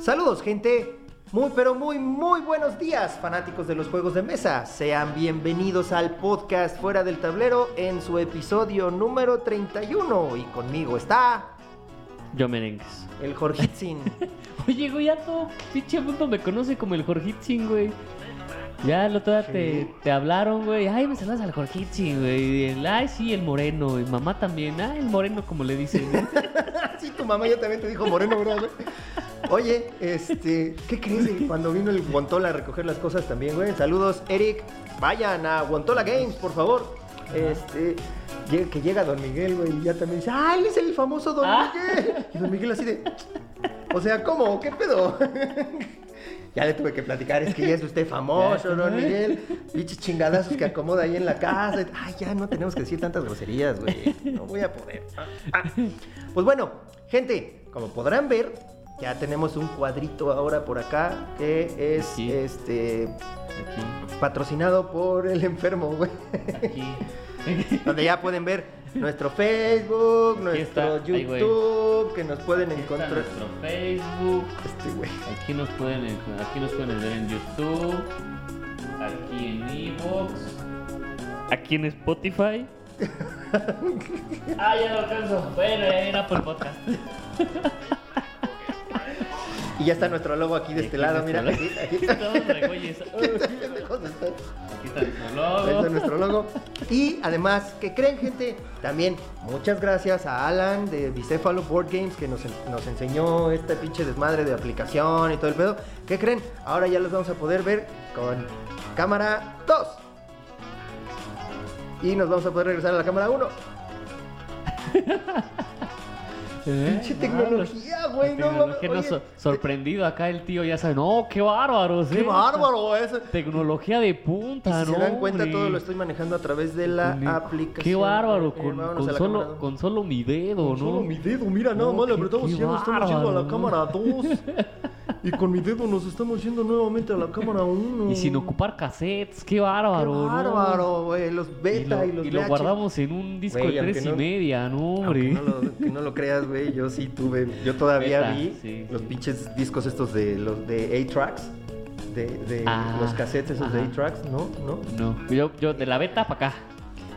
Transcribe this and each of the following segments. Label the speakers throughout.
Speaker 1: Saludos gente, muy pero muy muy buenos días fanáticos de los juegos de mesa, sean bienvenidos al podcast Fuera del Tablero en su episodio número 31 y conmigo está
Speaker 2: Yo merengues.
Speaker 1: el Jorgitzin.
Speaker 2: Oye, güey, ya todo pinche mundo me conoce como el Jorgitzin, güey. Ya lo toda te,
Speaker 1: Sí.
Speaker 2: te hablaron, güey. Ay, me saludas al Jorgitzin, güey. Y el, Ay, sí, el moreno. güey. mamá también. Ay, el moreno, como le dicen. güey.
Speaker 1: sí, tu mamá ya también te dijo moreno, ¿verdad? güey? Oye, este, ¿qué crees güey? cuando vino el Guantola a recoger las cosas también, güey? Saludos, Eric. Vayan a Guantola Games, por favor. Este, llega- que llega Don Miguel, güey, y ya también dice, ¡ah, él es el famoso Don
Speaker 2: Ah.
Speaker 1: Miguel! Y Don Miguel así de, o sea, ¿cómo? ¿Qué pedo? Ya le tuve que platicar, es que ya es usted famoso, don Miguel. Pinches chingadazos que acomoda ahí en la casa. Ay, ya no tenemos que decir tantas groserías, güey. No voy a poder. Ah, ah. Pues bueno, gente, como podrán ver, ya tenemos un cuadrito ahora por acá que es
Speaker 2: Aquí.
Speaker 1: este
Speaker 2: Aquí,
Speaker 1: patrocinado por el enfermo, güey.
Speaker 2: aquí.
Speaker 1: Donde ya pueden ver nuestro Facebook, nuestro
Speaker 2: está, ahí, güey.
Speaker 1: YouTube, que nos pueden
Speaker 2: Aquí está
Speaker 1: encontrar.
Speaker 2: nuestro Facebook.
Speaker 1: Este, güey.
Speaker 2: Aquí nos pueden, aquí nos pueden ver en YouTube. Aquí en Evox. Aquí en Spotify. ah, ya lo alcanzo. Bueno, ya en Apple Podcast.
Speaker 1: Y ya está nuestro logo aquí de este
Speaker 2: Aquí
Speaker 1: lado,
Speaker 2: nuestro
Speaker 1: mira.
Speaker 2: logo.
Speaker 1: Aquí, aquí está.
Speaker 2: Estamos regüeyes.
Speaker 1: Pendejos, está.
Speaker 2: Aquí está nuestro
Speaker 1: Ahí está
Speaker 2: logo.
Speaker 1: nuestro logo. Y además, ¿qué creen, gente? También muchas gracias a Alan de Bicéfalo Board Games que nos, en- nos enseñó este pinche desmadre de aplicación y todo el pedo. ¿Qué creen? Ahora ya los vamos a poder ver con cámara 2. Y nos vamos a poder regresar a la cámara 1. Pinche tecnología,
Speaker 2: Ah,
Speaker 1: güey, no mames.
Speaker 2: Que nos
Speaker 1: Oye,
Speaker 2: so- sorprendido acá el tío, ya sabe, no, qué bárbaros,
Speaker 1: ¡Qué
Speaker 2: eh.
Speaker 1: bárbaro! Ese.
Speaker 2: Tecnología de
Speaker 1: Y
Speaker 2: punta,
Speaker 1: si
Speaker 2: ¿no?
Speaker 1: se dan cuenta,
Speaker 2: hombre?
Speaker 1: todo lo estoy manejando a través de la
Speaker 2: Ni-
Speaker 1: aplicación.
Speaker 2: Qué bárbaro,
Speaker 1: Eh,
Speaker 2: con,
Speaker 1: vámonos
Speaker 2: con
Speaker 1: a la cámara
Speaker 2: solo,
Speaker 1: dos.
Speaker 2: con solo mi dedo,
Speaker 1: Con
Speaker 2: ¿no?
Speaker 1: solo mi dedo, mira, nada
Speaker 2: No,
Speaker 1: más le
Speaker 2: qué-
Speaker 1: apretamos
Speaker 2: qué
Speaker 1: y ya nos estamos yendo a la
Speaker 2: bárbaro,
Speaker 1: cámara 2. Y con mi dedo nos estamos yendo nuevamente a la cámara 1.
Speaker 2: Y sin ocupar cassettes, qué
Speaker 1: Qué
Speaker 2: bárbaro, ¿no?
Speaker 1: bárbaro, güey. Los
Speaker 2: Y
Speaker 1: beta
Speaker 2: lo,
Speaker 1: y, los
Speaker 2: y lo
Speaker 1: VH.
Speaker 2: guardamos en un disco
Speaker 1: Güey,
Speaker 2: de
Speaker 1: aunque
Speaker 2: tres
Speaker 1: no-
Speaker 2: y media, ¿no,
Speaker 1: Aunque
Speaker 2: hombre?
Speaker 1: no, lo, que no lo creas, güey, yo sí tuve, yo todavía
Speaker 2: Beta,
Speaker 1: vi
Speaker 2: sí,
Speaker 1: los
Speaker 2: sí.
Speaker 1: pinches discos estos de los de A-Tracks, de, de
Speaker 2: Ah,
Speaker 1: los cassettes esos de
Speaker 2: ajá.
Speaker 1: A-Tracks, ¿no? ¿No?
Speaker 2: No, yo, yo de la beta para acá.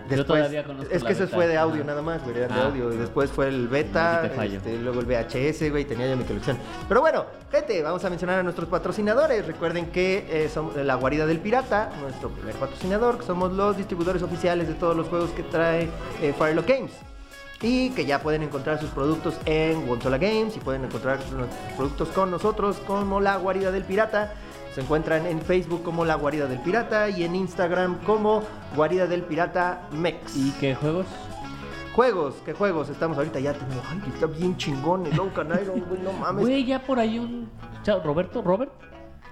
Speaker 2: yo
Speaker 1: Después-
Speaker 2: todavía conozco
Speaker 1: es
Speaker 2: la
Speaker 1: que ese
Speaker 2: beta.
Speaker 1: fue de audio
Speaker 2: Ajá.
Speaker 1: nada más, güey, eran de
Speaker 2: Ah.
Speaker 1: audio. Y después fue el
Speaker 2: No,
Speaker 1: beta,
Speaker 2: sí te fallo.
Speaker 1: este, luego el VHS, güey, tenía ya mi colección. Pero bueno, gente, vamos a mencionar a nuestros patrocinadores. Recuerden que eh, somos la guarida del pirata, nuestro primer patrocinador, que somos los distribuidores oficiales de todos los juegos que trae eh, Firelock Games. Y que ya pueden encontrar sus productos en Gonzola Games y pueden encontrar nuestros productos con nosotros como La Guarida del Pirata. Se encuentran en Facebook como La Guarida del Pirata y en Instagram como Guarida del Pirata Mex.
Speaker 2: ¿Y qué juegos?
Speaker 1: Juegos, ¿qué juegos? Estamos ahorita ya. tengo- Ay, está bien chingón el Oaken Iron, güey, no mames.
Speaker 2: Güey, ya por ahí un. Chao, Roberto, Robert,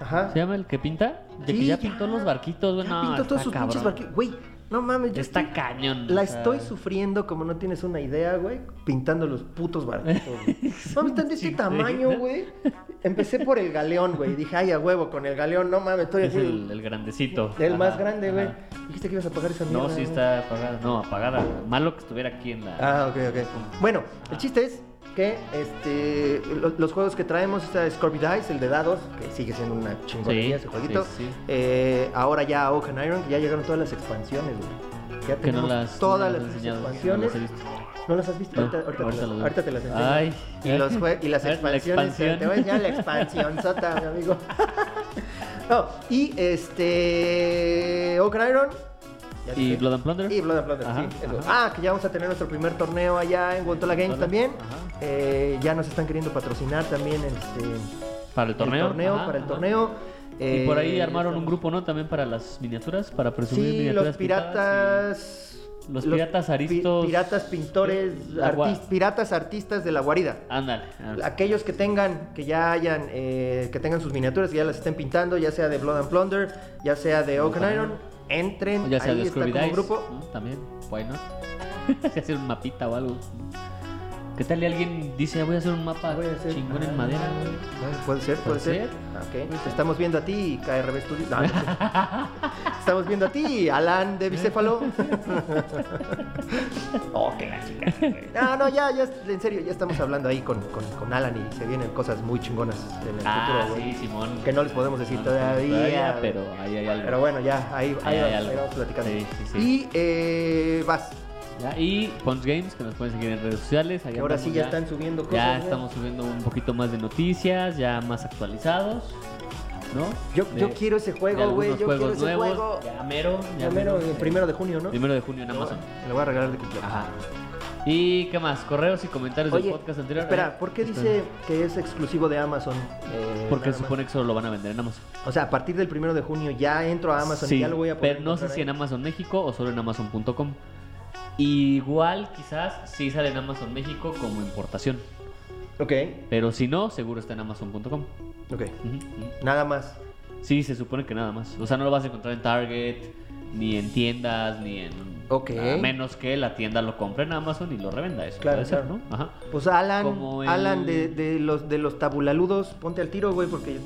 Speaker 1: Ajá.
Speaker 2: ¿se llama el que pinta? De que
Speaker 1: Sí,
Speaker 2: ya,
Speaker 1: ya.
Speaker 2: pintó los barquitos, güey.
Speaker 1: Ya
Speaker 2: No,
Speaker 1: pinto todos
Speaker 2: está
Speaker 1: sus
Speaker 2: cabrón.
Speaker 1: pinches barquitos. Güey, no mames. yo
Speaker 2: Está
Speaker 1: estoy-
Speaker 2: cañón.
Speaker 1: La
Speaker 2: o sea,
Speaker 1: estoy sufriendo como no tienes una idea, güey, pintando los putos barquitos. güey. No mames, están de este
Speaker 2: Sí,
Speaker 1: tamaño,
Speaker 2: güey.
Speaker 1: güey. Empecé por el galeón, güey. Dije, ay, a huevo, con el galeón, no mames, estoy
Speaker 2: Es
Speaker 1: aquí.
Speaker 2: el,
Speaker 1: El,
Speaker 2: el grandecito.
Speaker 1: más
Speaker 2: Ajá,
Speaker 1: grande, güey.
Speaker 2: ajá.
Speaker 1: Dijiste que ibas a pagar esa mierda.
Speaker 2: No, sí
Speaker 1: güey.
Speaker 2: está apagada. No, apagada. Malo que estuviera aquí en la.
Speaker 1: Ah, ok, ok. Bueno, el chiste es que este, lo- los juegos que traemos está Scorpio Dice, el de dados, que sigue siendo una chingonería
Speaker 2: Sí,
Speaker 1: ese jueguito.
Speaker 2: sí, sí.
Speaker 1: Eh, ahora ya Oak and Iron, que ya llegaron todas las expansiones, güey. Ya
Speaker 2: que
Speaker 1: tenemos
Speaker 2: no las.
Speaker 1: todas
Speaker 2: no
Speaker 1: las
Speaker 2: he enseñado,
Speaker 1: expansiones.
Speaker 2: no las he visto.
Speaker 1: ¿No las has visto?
Speaker 2: No,
Speaker 1: ahorita, ahorita, te
Speaker 2: ahorita
Speaker 1: las,
Speaker 2: las-
Speaker 1: ahorita te las enseño.
Speaker 2: Ay.
Speaker 1: y, los jue- y las
Speaker 2: La
Speaker 1: expansiones. eh, te-
Speaker 2: expansión.
Speaker 1: Te voy a enseñar la expansión sota, mi amigo. no, y este. Oak and Iron. ya
Speaker 2: Y
Speaker 1: dije.
Speaker 2: Blood and Plunder.
Speaker 1: Y Blood and Plunder,
Speaker 2: Ajá,
Speaker 1: sí. eso.
Speaker 2: ajá.
Speaker 1: Ah, que ya vamos a tener nuestro primer torneo allá en Guantola Games
Speaker 2: Guantola,
Speaker 1: también.
Speaker 2: ajá.
Speaker 1: Eh, ya nos están queriendo patrocinar también este,
Speaker 2: Para el torneo. ajá,
Speaker 1: para el
Speaker 2: ajá.
Speaker 1: torneo.
Speaker 2: Y por ahí
Speaker 1: Eh,
Speaker 2: armaron un
Speaker 1: estamos-
Speaker 2: grupo, ¿no? También para las miniaturas, para presumir
Speaker 1: Sí,
Speaker 2: miniaturas.
Speaker 1: los
Speaker 2: pintadas
Speaker 1: piratas.
Speaker 2: y- Los piratas
Speaker 1: pi-
Speaker 2: aristos.
Speaker 1: Piratas pintores,
Speaker 2: La gua- Ah.
Speaker 1: artis- piratas artistas de la guarida.
Speaker 2: y- Ándale. ándale.
Speaker 1: Aquellos que tengan, que ya hayan, eh, que tengan sus miniaturas, que ya las estén pintando, ya sea de Blood and Plunder, ya sea de Oak and Iron, entren,
Speaker 2: Ya sea
Speaker 1: ahí
Speaker 2: de
Speaker 1: está
Speaker 2: Scooby
Speaker 1: como
Speaker 2: Dice.
Speaker 1: un grupo.
Speaker 2: ¿no? También. Why not? Se hace un mapita o algo. ¿Qué tal y alguien dice, voy a hacer un mapa
Speaker 1: Voy a hacer-
Speaker 2: chingón
Speaker 1: Ah,
Speaker 2: en madera, güey?
Speaker 1: Puede ser, puede
Speaker 2: Puede
Speaker 1: ser.
Speaker 2: ser.
Speaker 1: Ah, ok. Te estamos viendo a ti y KRB Studios. No, no sé. estamos viendo a ti, Alan
Speaker 2: ¿Eh?
Speaker 1: de Bicéfalo.
Speaker 2: Oh, que la chica.
Speaker 1: No, no, ya, ya, en serio, ya estamos hablando ahí con, con- con Alan y se vienen cosas muy chingonas en el
Speaker 2: Ah,
Speaker 1: futuro, güey.
Speaker 2: sí, Simón.
Speaker 1: Que no les podemos decir
Speaker 2: No, no,
Speaker 1: todavía,
Speaker 2: pero ahí hay algo.
Speaker 1: Pero bueno, ya, ahí, ahí,
Speaker 2: Ahí hay
Speaker 1: vamos,
Speaker 2: algo.
Speaker 1: ahí vamos platicando.
Speaker 2: Sí, sí, sí.
Speaker 1: Y eh, vas,
Speaker 2: Ya, y Punch Games, que nos pueden seguir en redes sociales. ahí
Speaker 1: que ahora
Speaker 2: andamos
Speaker 1: sí ya, están subiendo cosas.
Speaker 2: Ya
Speaker 1: güey.
Speaker 2: estamos subiendo un poquito más de noticias, ya más actualizados, ¿no?
Speaker 1: Yo,
Speaker 2: De-
Speaker 1: yo quiero ese
Speaker 2: de
Speaker 1: juego, güey,
Speaker 2: algunos
Speaker 1: yo quiero
Speaker 2: juegos
Speaker 1: ese
Speaker 2: nuevos,
Speaker 1: juego.
Speaker 2: Ya mero, ya
Speaker 1: Primero,
Speaker 2: mero,
Speaker 1: el
Speaker 2: eh,
Speaker 1: primero de junio, ¿no?
Speaker 2: primero de junio en Amazon.
Speaker 1: Le voy a regalar de cumpleaños.
Speaker 2: Ajá. ¿Y qué más? Correos y comentarios
Speaker 1: Oye,
Speaker 2: del podcast anterior.
Speaker 1: espera,
Speaker 2: Ah,
Speaker 1: ¿por qué
Speaker 2: espera.
Speaker 1: dice que es exclusivo de Amazon? Eh,
Speaker 2: Porque
Speaker 1: nada
Speaker 2: se
Speaker 1: más.
Speaker 2: supone que solo lo van a vender en Amazon.
Speaker 1: O sea, a partir del primero de junio ya entro a Ah, Amazon y
Speaker 2: Sí,
Speaker 1: ya lo voy a poder.
Speaker 2: Pero no sé
Speaker 1: encontrar
Speaker 2: si en
Speaker 1: ahí.
Speaker 2: Amazon México o solo en Amazon.com. Igual, quizás, sí sale en Amazon México como importación. Pero si no, seguro está en Amazon.com.
Speaker 1: Ok, ok.
Speaker 2: Ujú, ujú.
Speaker 1: Nada más.
Speaker 2: Sí, se supone que nada más. O sea, no lo vas a encontrar en Target, ni en tiendas, ni en.
Speaker 1: Ok.
Speaker 2: A menos que la tienda lo compre en Amazon y lo revenda. Eso
Speaker 1: Claro,
Speaker 2: puede ser,
Speaker 1: claro.
Speaker 2: ¿no? Ajá.
Speaker 1: Pues Alan,
Speaker 2: Como el-
Speaker 1: Alan de, de los de los tabulaludos, ponte al tiro, güey, porque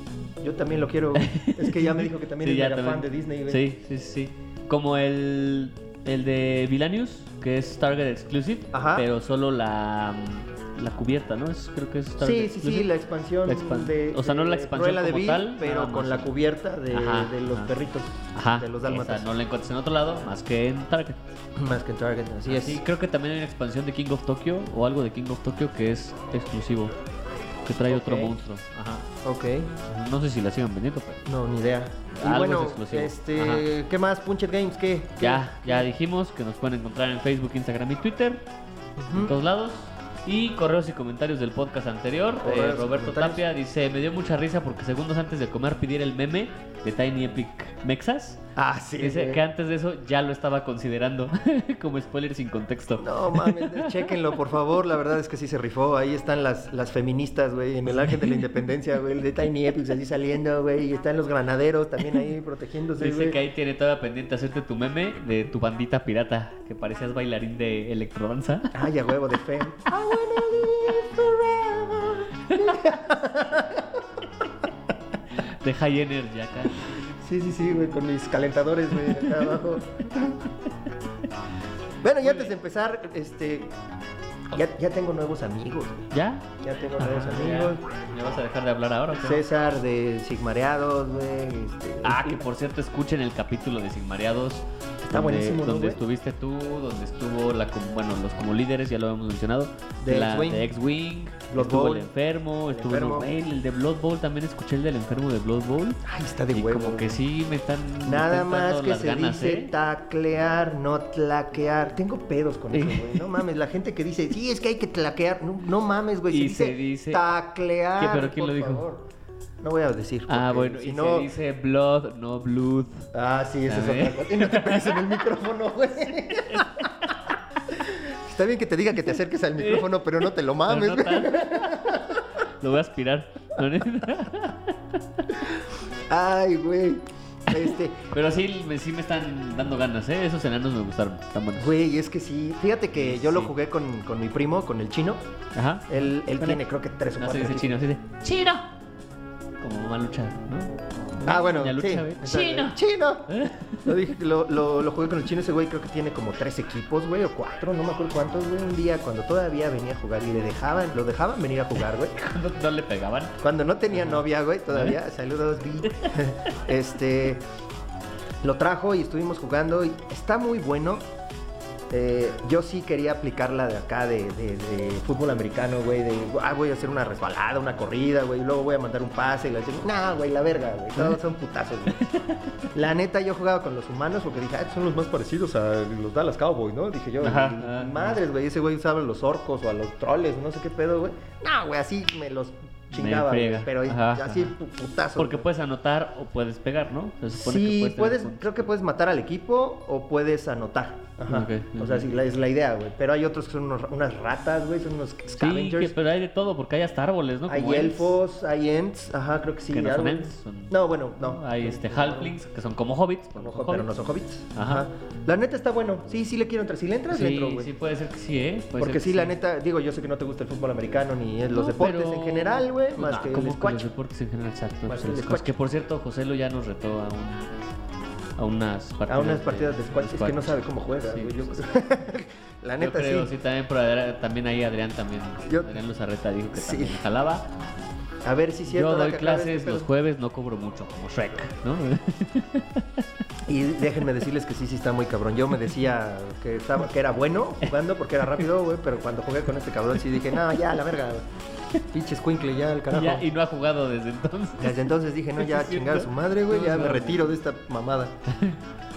Speaker 1: yo también lo quiero. güey. es que ya me dijo que también
Speaker 2: Sí,
Speaker 1: es
Speaker 2: ya
Speaker 1: mega fan de
Speaker 2: también.
Speaker 1: Disney, güey.
Speaker 2: Sí, sí, sí. Como el, el de Vilanius, que es Target Exclusive,
Speaker 1: Ajá.
Speaker 2: pero solo la, la cubierta, ¿no? Es, creo que es Target
Speaker 1: Sí, sí,
Speaker 2: Exclusive.
Speaker 1: sí, la expansión
Speaker 2: La expan-
Speaker 1: de
Speaker 2: o sea, no la
Speaker 1: de
Speaker 2: expansión
Speaker 1: Cruella de
Speaker 2: como
Speaker 1: Vil,
Speaker 2: tal,
Speaker 1: pero
Speaker 2: nada
Speaker 1: con
Speaker 2: más.
Speaker 1: la cubierta de,
Speaker 2: Ajá,
Speaker 1: de los
Speaker 2: ajá.
Speaker 1: perritos,
Speaker 2: Ajá,
Speaker 1: de los dálmatas.
Speaker 2: esa no la encuentras en otro lado más que en Target.
Speaker 1: Más que en Target, así
Speaker 2: Y
Speaker 1: es.
Speaker 2: así creo que también hay una expansión de King of Tokyo o algo de King of Tokyo que es exclusivo, que trae otro
Speaker 1: Ok.
Speaker 2: monstruo. Ajá.
Speaker 1: Ok.
Speaker 2: No sé si la sigan vendiendo, pero.
Speaker 1: No, ni idea. Y
Speaker 2: Algo
Speaker 1: Ah, bueno,
Speaker 2: es exclusivo.
Speaker 1: este, ¿qué más? Punchet Games, ¿qué? ¿Qué?
Speaker 2: Ya, ya dijimos que nos pueden encontrar en Facebook, Instagram y Twitter, en todos lados. Y correos y comentarios del podcast anterior. Eh,
Speaker 1: Correos y
Speaker 2: Roberto
Speaker 1: comentarios.
Speaker 2: Tapia dice, me dio mucha risa porque segundos antes de comer pidiera el meme de Tiny Epic Mexas.
Speaker 1: Ah, sí.
Speaker 2: dice
Speaker 1: güey.
Speaker 2: que antes de eso ya lo estaba considerando como spoiler sin contexto.
Speaker 1: No mames, chequenlo, por favor. La verdad es que sí se rifó. Ahí están las, las feministas, güey, en el Ángel de la Independencia, güey, el de Tiny Epics así saliendo, güey. Y están los granaderos también ahí protegiéndose,
Speaker 2: Dice
Speaker 1: güey.
Speaker 2: que ahí tiene toda pendiente hacerte tu meme de tu bandita pirata, que parecías bailarín de electrodanza.
Speaker 1: Ay, a huevo de fe.
Speaker 2: De High Energy acá.
Speaker 1: Sí, sí, sí, güey, con mis calentadores, güey, acá abajo. Bueno, y antes de empezar, este. Ya, ya tengo nuevos amigos, güey.
Speaker 2: ¿Ya?
Speaker 1: Ya tengo
Speaker 2: Ajá,
Speaker 1: nuevos
Speaker 2: ya.
Speaker 1: amigos.
Speaker 2: ¿Me vas a dejar de hablar ahora? o qué?
Speaker 1: César de Sigmareados, güey. este,
Speaker 2: Ah,
Speaker 1: y-
Speaker 2: que por cierto, escuchen el capítulo de Sigmareados.
Speaker 1: Está
Speaker 2: donde,
Speaker 1: buenísimo, ¿no,
Speaker 2: Donde
Speaker 1: güey?
Speaker 2: estuviste tú, donde estuvo la, com- bueno, los como líderes, ya lo habíamos mencionado.
Speaker 1: De
Speaker 2: la-
Speaker 1: X-Wing.
Speaker 2: de X-Wing.
Speaker 1: Blood
Speaker 2: Estuvo
Speaker 1: Bowl.
Speaker 2: el enfermo,
Speaker 1: El
Speaker 2: estuvo
Speaker 1: enfermo.
Speaker 2: no, güey, el de Blood Bowl. También escuché el del enfermo de Blood Bowl.
Speaker 1: Ay, está de
Speaker 2: y
Speaker 1: huevo.
Speaker 2: como que
Speaker 1: güey.
Speaker 2: sí me están. me
Speaker 1: Nada
Speaker 2: están
Speaker 1: más
Speaker 2: dando
Speaker 1: que
Speaker 2: las
Speaker 1: se
Speaker 2: ganas,
Speaker 1: dice
Speaker 2: ¿eh?
Speaker 1: taclear, no tlaquear. Tengo pedos con eso, güey. No mames, la gente que dice, sí, es que hay que tlaquear. No, no mames, güey.
Speaker 2: Y se dice-
Speaker 1: taclear.
Speaker 2: ¿Qué, pero quién
Speaker 1: por
Speaker 2: lo dijo?
Speaker 1: favor. No voy a decir.
Speaker 2: Ah,
Speaker 1: porque
Speaker 2: bueno,
Speaker 1: si
Speaker 2: y
Speaker 1: no-
Speaker 2: se dice Blood, no Blood.
Speaker 1: Ah, sí, esa es
Speaker 2: A ver.
Speaker 1: otra cosa. Y no te pegues en el micrófono, güey. Está bien que te diga que te acerques al micrófono, pero no te lo mames,
Speaker 2: Pero no
Speaker 1: güey.
Speaker 2: tanto. Lo voy a aspirar.
Speaker 1: Ay, güey. Este,
Speaker 2: Pero sí me, sí me están dando ganas, ¿eh? Esos enanos me gustaron. Están buenos.
Speaker 1: Güey, es que sí. Fíjate que yo lo
Speaker 2: Sí.
Speaker 1: jugué con, con mi primo, con el chino.
Speaker 2: Ajá.
Speaker 1: Él, él
Speaker 2: Vale.
Speaker 1: tiene creo que tres o
Speaker 2: No
Speaker 1: cuatro.
Speaker 2: se dice
Speaker 1: hijos.
Speaker 2: chino, se dice chino. Como mamá lucha, ¿no?
Speaker 1: Ah, bueno,
Speaker 2: Doña
Speaker 1: sí.
Speaker 2: lucha, güey. ¿Eh?
Speaker 1: Chino. Chino. Lo, dije- lo, lo- lo jugué con el chino. Ese güey creo que tiene como tres equipos, güey, o cuatro, no me acuerdo cuántos, güey. Un día cuando todavía venía a jugar y le dejaban, lo dejaban venir a jugar, güey.
Speaker 2: No, no le pegaban.
Speaker 1: Cuando no tenía novia, güey, todavía. Saludos, Vi. Este. Lo trajo y estuvimos jugando. Y está muy bueno. Eh, yo sí quería aplicar la de acá de, de- de fútbol americano, güey. De, ah, voy a hacer una resbalada, una corrida, güey. y Luego voy a mandar un pase. Y la chingada. nah, güey, la verga, güey. Todos son putazos, güey. La neta, yo jugaba con los humanos porque dije, ah, son los más parecidos a los Dallas Cowboys, ¿no? Dije yo,
Speaker 2: Ajá,
Speaker 1: "Ni
Speaker 2: ajá.
Speaker 1: madres, güey. Ese güey usaba a los orcos o a los troles, no sé qué pedo, güey. No, güey, así me los chingaba, güey,
Speaker 2: friega.
Speaker 1: pero
Speaker 2: Ajá,
Speaker 1: así
Speaker 2: ajá.
Speaker 1: pu- putazo.
Speaker 2: Porque
Speaker 1: güey.
Speaker 2: puedes anotar o puedes pegar, ¿no? Se supone que
Speaker 1: Sí,
Speaker 2: tener
Speaker 1: puedes,
Speaker 2: puntos.
Speaker 1: creo que puedes matar al equipo o puedes anotar. Ajá.
Speaker 2: Ok,
Speaker 1: O sea,
Speaker 2: ok.
Speaker 1: sí, la- es la idea, güey. Pero hay otros que son unos- unas ratas, güey, son unos
Speaker 2: Sí, que-
Speaker 1: scavengers.
Speaker 2: pero hay de todo, porque hay hasta árboles, ¿no?
Speaker 1: hay
Speaker 2: Como elves,
Speaker 1: elfos, hay ents, ajá, creo que sí.
Speaker 2: Que no son
Speaker 1: algo.
Speaker 2: elves, son-
Speaker 1: No, bueno,
Speaker 2: ¿no?
Speaker 1: no.
Speaker 2: Hay este halflings, que son como hobbits.
Speaker 1: Son
Speaker 2: no
Speaker 1: hobbits,
Speaker 2: son
Speaker 1: Pero no
Speaker 2: hobbits.
Speaker 1: son hobbits.
Speaker 2: Ajá.
Speaker 1: Ajá. La neta está bueno. Sí, sí le quiero entrar. Si le entras, le entro,
Speaker 2: Sí,
Speaker 1: güey.
Speaker 2: sí, puede ser que sí, ¿eh? Puede
Speaker 1: Porque
Speaker 2: ser que
Speaker 1: sí, la neta, digo, yo sé que no te gusta el fútbol americano ni los
Speaker 2: No,
Speaker 1: deportes
Speaker 2: pero- Pues
Speaker 1: en general, güey, más
Speaker 2: Nah,
Speaker 1: que
Speaker 2: ¿cómo
Speaker 1: el squash.
Speaker 2: los deportes en general, exacto.
Speaker 1: Más
Speaker 2: pues,
Speaker 1: que
Speaker 2: el
Speaker 1: el
Speaker 2: squash.
Speaker 1: squash.
Speaker 2: Que por cierto, José lo ya nos retó a un, a a unas partidas.
Speaker 1: A unas partidas de squash, es que no sabe cómo juega,
Speaker 2: Eh, Sí,
Speaker 1: güey, yo-
Speaker 2: pues,
Speaker 1: La neta,
Speaker 2: Yo creo, sí,
Speaker 1: sí.
Speaker 2: también, pero Adrián- también ahí Adrián también.
Speaker 1: Yo-
Speaker 2: Adrián Luzarreta dijo que
Speaker 1: Sí.
Speaker 2: también jalaba.
Speaker 1: A ver si es cierto.
Speaker 2: Yo
Speaker 1: ahora
Speaker 2: doy
Speaker 1: que acabe este
Speaker 2: clases
Speaker 1: pedo.
Speaker 2: los jueves, no cobro mucho, como Shrek, ¿no?
Speaker 1: Y déjenme decirles que sí, sí está muy cabrón. Yo me decía que, estaba, que era bueno jugando porque era rápido, güey, pero cuando jugué con este cabrón sí dije, no, ya, la verga, pinche escuincle, ya, el carajo.
Speaker 2: Y ya- y no ha jugado desde entonces.
Speaker 1: Desde entonces dije, no,
Speaker 2: ¿Sí
Speaker 1: ya,
Speaker 2: es
Speaker 1: chingar a
Speaker 2: cierto?
Speaker 1: su madre, güey,
Speaker 2: No,
Speaker 1: ya
Speaker 2: no,
Speaker 1: me
Speaker 2: no.
Speaker 1: retiro de esta mamada.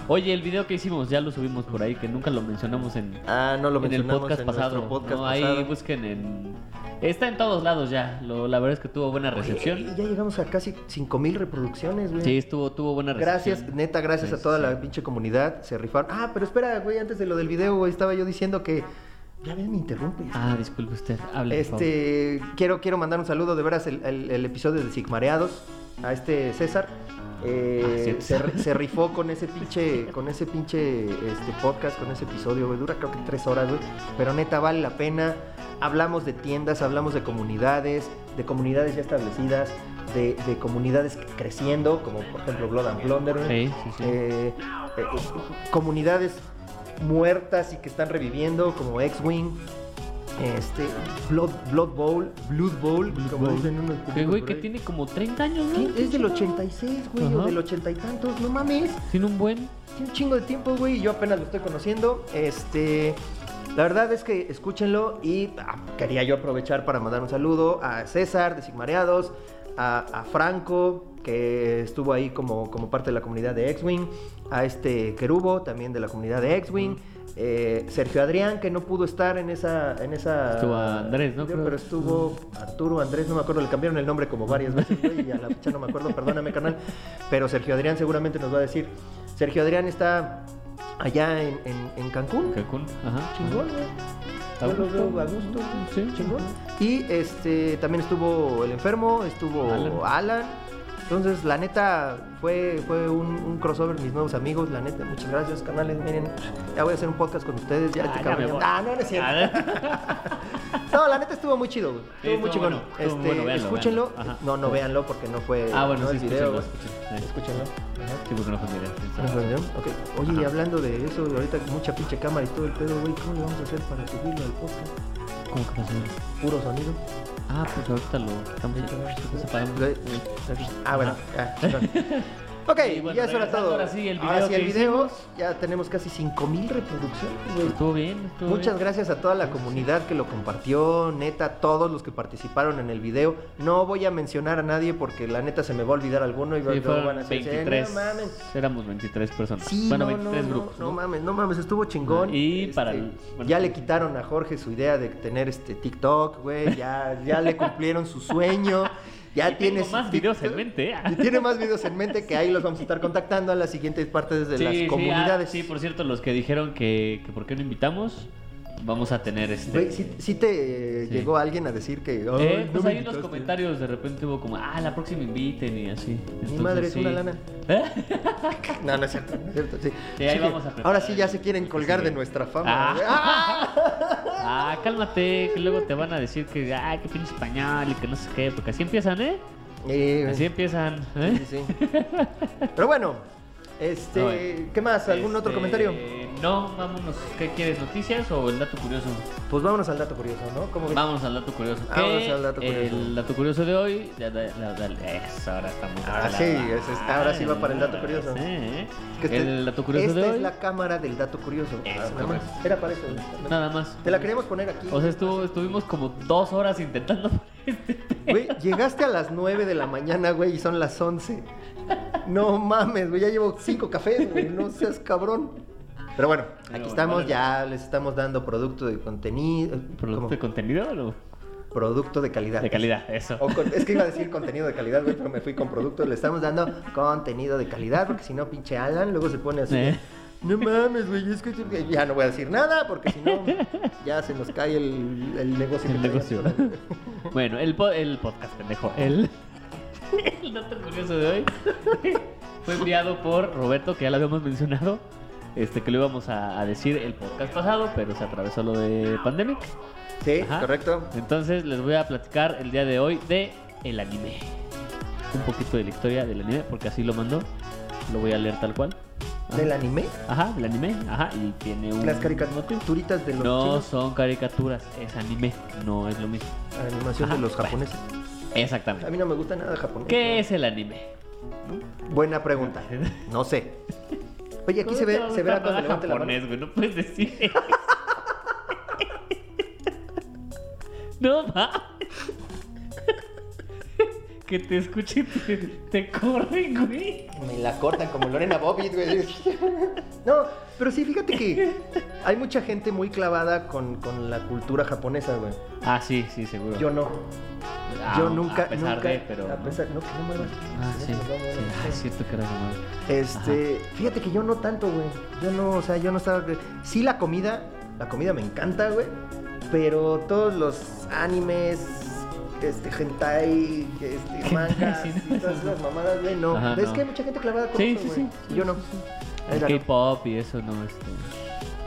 Speaker 2: Oye, el video que hicimos ya lo subimos por ahí, que nunca lo mencionamos en,
Speaker 1: Ah, no lo
Speaker 2: en el
Speaker 1: mencionamos
Speaker 2: podcast
Speaker 1: en
Speaker 2: pasado.
Speaker 1: nuestro podcast
Speaker 2: no, ahí
Speaker 1: pasado.
Speaker 2: busquen en. Está en todos lados ya. Lo- la verdad es que tuvo buena recepción.
Speaker 1: Y ya llegamos a casi 5000 reproducciones, güey.
Speaker 2: Sí, estuvo, tuvo buena recepción.
Speaker 1: Gracias, neta, gracias
Speaker 2: Sí,
Speaker 1: a toda
Speaker 2: sí.
Speaker 1: la pinche comunidad. Se rifaron. Ah, pero espera, güey, antes de lo del video, güey, estaba yo diciendo que. Ya ves, me interrumpes.
Speaker 2: Ah, disculpe usted. Hable. por favor.
Speaker 1: Este, quiero, quiero mandar un saludo de veras el, el- el episodio de Sigmareados a este César. Eh,
Speaker 2: Ah, sí.
Speaker 1: se, se rifó con ese pinche, con ese pinche este, podcast, con ese episodio, güey. Dura creo que tres horas, güey. Pero neta, vale la pena. Hablamos de tiendas, hablamos de comunidades, de comunidades ya establecidas, de, de comunidades creciendo, como por ejemplo Blood and Plunder, güey.
Speaker 2: Sí, sí, sí.
Speaker 1: Eh, eh, eh, comunidades muertas y que están reviviendo, como X-Wing, este, Blood, Blood Bowl, Blood Bowl, como
Speaker 2: Bowl.
Speaker 1: dicen unos
Speaker 2: Que,
Speaker 1: putos
Speaker 2: güey,
Speaker 1: por
Speaker 2: que
Speaker 1: ahí.
Speaker 2: tiene como 30 años,
Speaker 1: Sí,
Speaker 2: ¿no?
Speaker 1: Es del 86, güey, o
Speaker 2: Ajá.
Speaker 1: del 80 y tantos, no mames.
Speaker 2: Tiene un buen.
Speaker 1: Tiene un chingo de tiempo, güey, y yo apenas lo estoy conociendo. Este. La verdad es que escúchenlo y ah, quería yo aprovechar para mandar un saludo a César de Sigmareados, a, a Franco, que estuvo ahí como, como parte de la comunidad de X-Wing, a este Querubo, también de la comunidad de X-Wing, eh, Sergio Adrián, que no pudo estar en esa... En esa
Speaker 2: Estuvo Andrés, ¿no?
Speaker 1: Creo,
Speaker 2: Creo.
Speaker 1: pero estuvo Arturo Andrés, no me acuerdo, le cambiaron el nombre como varias veces, güey, y a la fecha no me acuerdo, perdóname, canal. Pero Sergio Adrián seguramente nos va a decir. Sergio Adrián está allá en, en- en Cancún.
Speaker 2: Cancún. Ajá.
Speaker 1: Chingón, güey.
Speaker 2: A
Speaker 1: Yo lo
Speaker 2: gusto.
Speaker 1: veo a gusto.
Speaker 2: Sí.
Speaker 1: Chingón. Y este, también estuvo el enfermo, estuvo
Speaker 2: Alan.
Speaker 1: Alan. Entonces, la neta, fue, fue un, un crossover, mis nuevos amigos, la neta, muchas gracias, canales, miren, ya voy a hacer un podcast con ustedes, ya,
Speaker 2: Ah,
Speaker 1: este
Speaker 2: ya
Speaker 1: cabrón
Speaker 2: me
Speaker 1: ya-
Speaker 2: voy.
Speaker 1: Ah, no, no es cierto.
Speaker 2: A ver.
Speaker 1: No, la neta estuvo muy chido, güey.
Speaker 2: Sí,
Speaker 1: Estuvo muy
Speaker 2: estuvo
Speaker 1: chingón.
Speaker 2: bueno, estuvo
Speaker 1: este,
Speaker 2: bueno, véanlo,
Speaker 1: escúchenlo.
Speaker 2: véanlo. Ajá.
Speaker 1: No, no véanlo porque no fue
Speaker 2: Ah, bueno,
Speaker 1: no
Speaker 2: sí,
Speaker 1: el video.
Speaker 2: escúchenlo,
Speaker 1: güey.
Speaker 2: escúchenlo.
Speaker 1: Escúchenlo.
Speaker 2: Sí, porque no fue mirar.
Speaker 1: ¿No fue el video? Ok. Oye, y
Speaker 2: Ajá.
Speaker 1: hablando de eso, de ahorita mucha pinche cámara y todo el pedo, güey, ¿cómo le vamos a hacer para subirlo al podcast?
Speaker 2: ¿Cómo que no se ve?
Speaker 1: Puro sonido.
Speaker 2: Ah, pues ahorita lo estamos lo separamos.
Speaker 1: Ah, bueno. Ah, perdón. Ok,
Speaker 2: Y bueno,
Speaker 1: ya eso era
Speaker 2: regresando
Speaker 1: todo.
Speaker 2: ahora sí, el
Speaker 1: Ahora
Speaker 2: video
Speaker 1: sí, el
Speaker 2: que
Speaker 1: video, Ya tenemos casi 5000 reproducciones, güey.
Speaker 2: Estuvo bien, estuvo
Speaker 1: Muchas
Speaker 2: bien.
Speaker 1: gracias a toda la comunidad que lo compartió, neta, todos los que participaron en el video. No voy a mencionar a nadie porque la neta se me va a olvidar alguno y
Speaker 2: Sí,
Speaker 1: luego
Speaker 2: fueron
Speaker 1: van a decir, "Eh,
Speaker 2: 23.
Speaker 1: No mames.
Speaker 2: Éramos 23 personas.
Speaker 1: Sí,
Speaker 2: bueno,
Speaker 1: no,
Speaker 2: 23
Speaker 1: no, no,
Speaker 2: grupos.
Speaker 1: No,
Speaker 2: ¿no? Ah,
Speaker 1: mames, no mames, estuvo chingón. Este,
Speaker 2: Y para el- bueno,
Speaker 1: ya
Speaker 2: sí.
Speaker 1: le quitaron a Jorge su idea de tener este TikTok, güey. Ya, ya le cumplieron su sueño. Ya
Speaker 2: Y tengo
Speaker 1: tiene su
Speaker 2: más videos en mente, ¿eh?
Speaker 1: Y tiene más videos en mente que ahí los vamos a estar contactando a las siguientes partes de
Speaker 2: Sí, sí,
Speaker 1: las
Speaker 2: ah,
Speaker 1: comunidades.
Speaker 2: Sí, por cierto, los que dijeron que, que por qué no invitamos, vamos a tener este.
Speaker 1: Güey, ¿sí, sí te eh,
Speaker 2: Sí.
Speaker 1: llegó alguien a decir que. "Ay,
Speaker 2: Eh,
Speaker 1: no
Speaker 2: pues
Speaker 1: me
Speaker 2: ahí en los
Speaker 1: invitaste"?
Speaker 2: comentarios de repente hubo como, ah, la próxima inviten y así. Entonces,
Speaker 1: madre, es
Speaker 2: sí.
Speaker 1: una lana.
Speaker 2: ¿Eh?
Speaker 1: No, no es cierto, no es cierto, sí.
Speaker 2: Sí, ahí
Speaker 1: Sí,
Speaker 2: vamos a preparar
Speaker 1: Ahora sí ya
Speaker 2: el-
Speaker 1: se quieren
Speaker 2: el que
Speaker 1: colgar de
Speaker 2: sigue.
Speaker 1: nuestra fama.
Speaker 2: Ah.
Speaker 1: güey. ¡Ah!
Speaker 2: Ah, cálmate, que luego te van a decir que, ah, que pinche español y que no sé qué, porque así empiezan, ¿eh?
Speaker 1: Eh,
Speaker 2: Así empiezan,
Speaker 1: sí,
Speaker 2: ¿eh?
Speaker 1: sí, sí. Pero bueno, este,
Speaker 2: Ah, bueno.
Speaker 1: ¿qué más? ¿Algún otro
Speaker 2: Este,
Speaker 1: comentario?
Speaker 2: No, vámonos. ¿Qué quieres? ¿Noticias o el dato curioso?
Speaker 1: Pues vámonos al dato curioso, ¿no? ¿Cómo ves?
Speaker 2: Vámonos al dato curioso. que
Speaker 1: Vámonos al dato curioso.
Speaker 2: El dato curioso de hoy. ya, da- la- da- eso, ahora estamos.
Speaker 1: Ahora
Speaker 2: la-
Speaker 1: Ah, sí, ese es- ahora sí va para el dato curioso.
Speaker 2: Sí, ¿eh?
Speaker 1: Que este-
Speaker 2: el dato curioso
Speaker 1: esta
Speaker 2: de hoy.
Speaker 1: es la cámara del dato curioso.
Speaker 2: Es
Speaker 1: Ah, nada más.
Speaker 2: correcto.
Speaker 1: Era para eso.
Speaker 2: Nada más.
Speaker 1: Te la queríamos poner aquí.
Speaker 2: O sea, estuvo- estuvimos como dos horas intentando poner este.
Speaker 1: Güey, llegaste a las 9 de la mañana, güey, y son las 11. No mames, güey, ya llevo 5 cafés, güey, no seas cabrón. Pero bueno, aquí
Speaker 2: bueno,
Speaker 1: estamos,
Speaker 2: vale.
Speaker 1: ya les estamos dando producto de contenido, eh,
Speaker 2: ¿Producto
Speaker 1: como
Speaker 2: de este contenido o
Speaker 1: producto de calidad.
Speaker 2: de calidad? Eso.
Speaker 1: O con- es que iba a decir contenido de calidad, güey, pero me fui con producto, le estamos dando contenido de calidad, porque si no, pinche Alan, luego se pone así.
Speaker 2: Eh.
Speaker 1: No mames, güey, es que ya no voy a decir nada, porque si no, ya se nos cae el, el negocio.
Speaker 2: El
Speaker 1: que
Speaker 2: negocio.
Speaker 1: traíamos.
Speaker 2: bueno, el, po- el podcast, pendejo. El, el dato curioso de hoy fue enviado por Roberto, que ya lo habíamos mencionado. Este, que lo íbamos a, a decir el podcast pasado, pero se atravesó lo de Pandemic.
Speaker 1: Sí,
Speaker 2: Ajá.
Speaker 1: correcto.
Speaker 2: Entonces les voy a platicar el día de hoy de el anime. Un poquito de la historia del anime, porque así lo mandó. Lo voy a leer tal cual.
Speaker 1: ¿Del anime?
Speaker 2: Ajá, el anime, ajá, y tiene un...
Speaker 1: Las caricaturitas de los
Speaker 2: No
Speaker 1: chinos.
Speaker 2: son caricaturas, es anime, no es lo mismo.
Speaker 1: Animación de
Speaker 2: Ajá,
Speaker 1: los
Speaker 2: bueno.
Speaker 1: japoneses. A
Speaker 2: Exactamente.
Speaker 1: mí no me gusta nada japonés.
Speaker 2: ¿Qué es el anime?
Speaker 1: Buena pregunta. No sé. Oye, aquí
Speaker 2: ¿Cómo
Speaker 1: se
Speaker 2: te
Speaker 1: ve,
Speaker 2: va a
Speaker 1: se
Speaker 2: gustar
Speaker 1: verá cuando
Speaker 2: nada
Speaker 1: levante la mano.
Speaker 2: japonés, güey, no puedes decir. no va. que te escuche y te, te corre, güey.
Speaker 1: Me la cortan como Lorena Bobbitt, güey. No, pero sí, fíjate que hay mucha gente muy clavada con, con la cultura japonesa, güey.
Speaker 2: Ah, sí, sí, seguro.
Speaker 1: Yo no.
Speaker 2: Ah,
Speaker 1: Yo nunca,
Speaker 2: a pesar
Speaker 1: nunca.
Speaker 2: de, pero
Speaker 1: a
Speaker 2: no.
Speaker 1: pesar, no, que no muevan.
Speaker 2: Ah,
Speaker 1: No,
Speaker 2: sí.
Speaker 1: que no muevan.
Speaker 2: sí. Ah, es cierto que era como-
Speaker 1: Este, fíjate que yo no tanto, güey. Yo no, o sea, yo no estaba. Sí, la comida, la comida me encanta, güey. Pero todos los animes, este, hentai, este, mangas
Speaker 2: sí,
Speaker 1: y todas esas mamadas, güey, no.
Speaker 2: Ajá,
Speaker 1: es
Speaker 2: no.
Speaker 1: que hay mucha gente clavada con
Speaker 2: Sí,
Speaker 1: eso,
Speaker 2: sí,
Speaker 1: güey.
Speaker 2: sí, sí,
Speaker 1: Yo no.
Speaker 2: sí,
Speaker 1: Ahí
Speaker 2: El
Speaker 1: la-
Speaker 2: K-pop y eso no, este.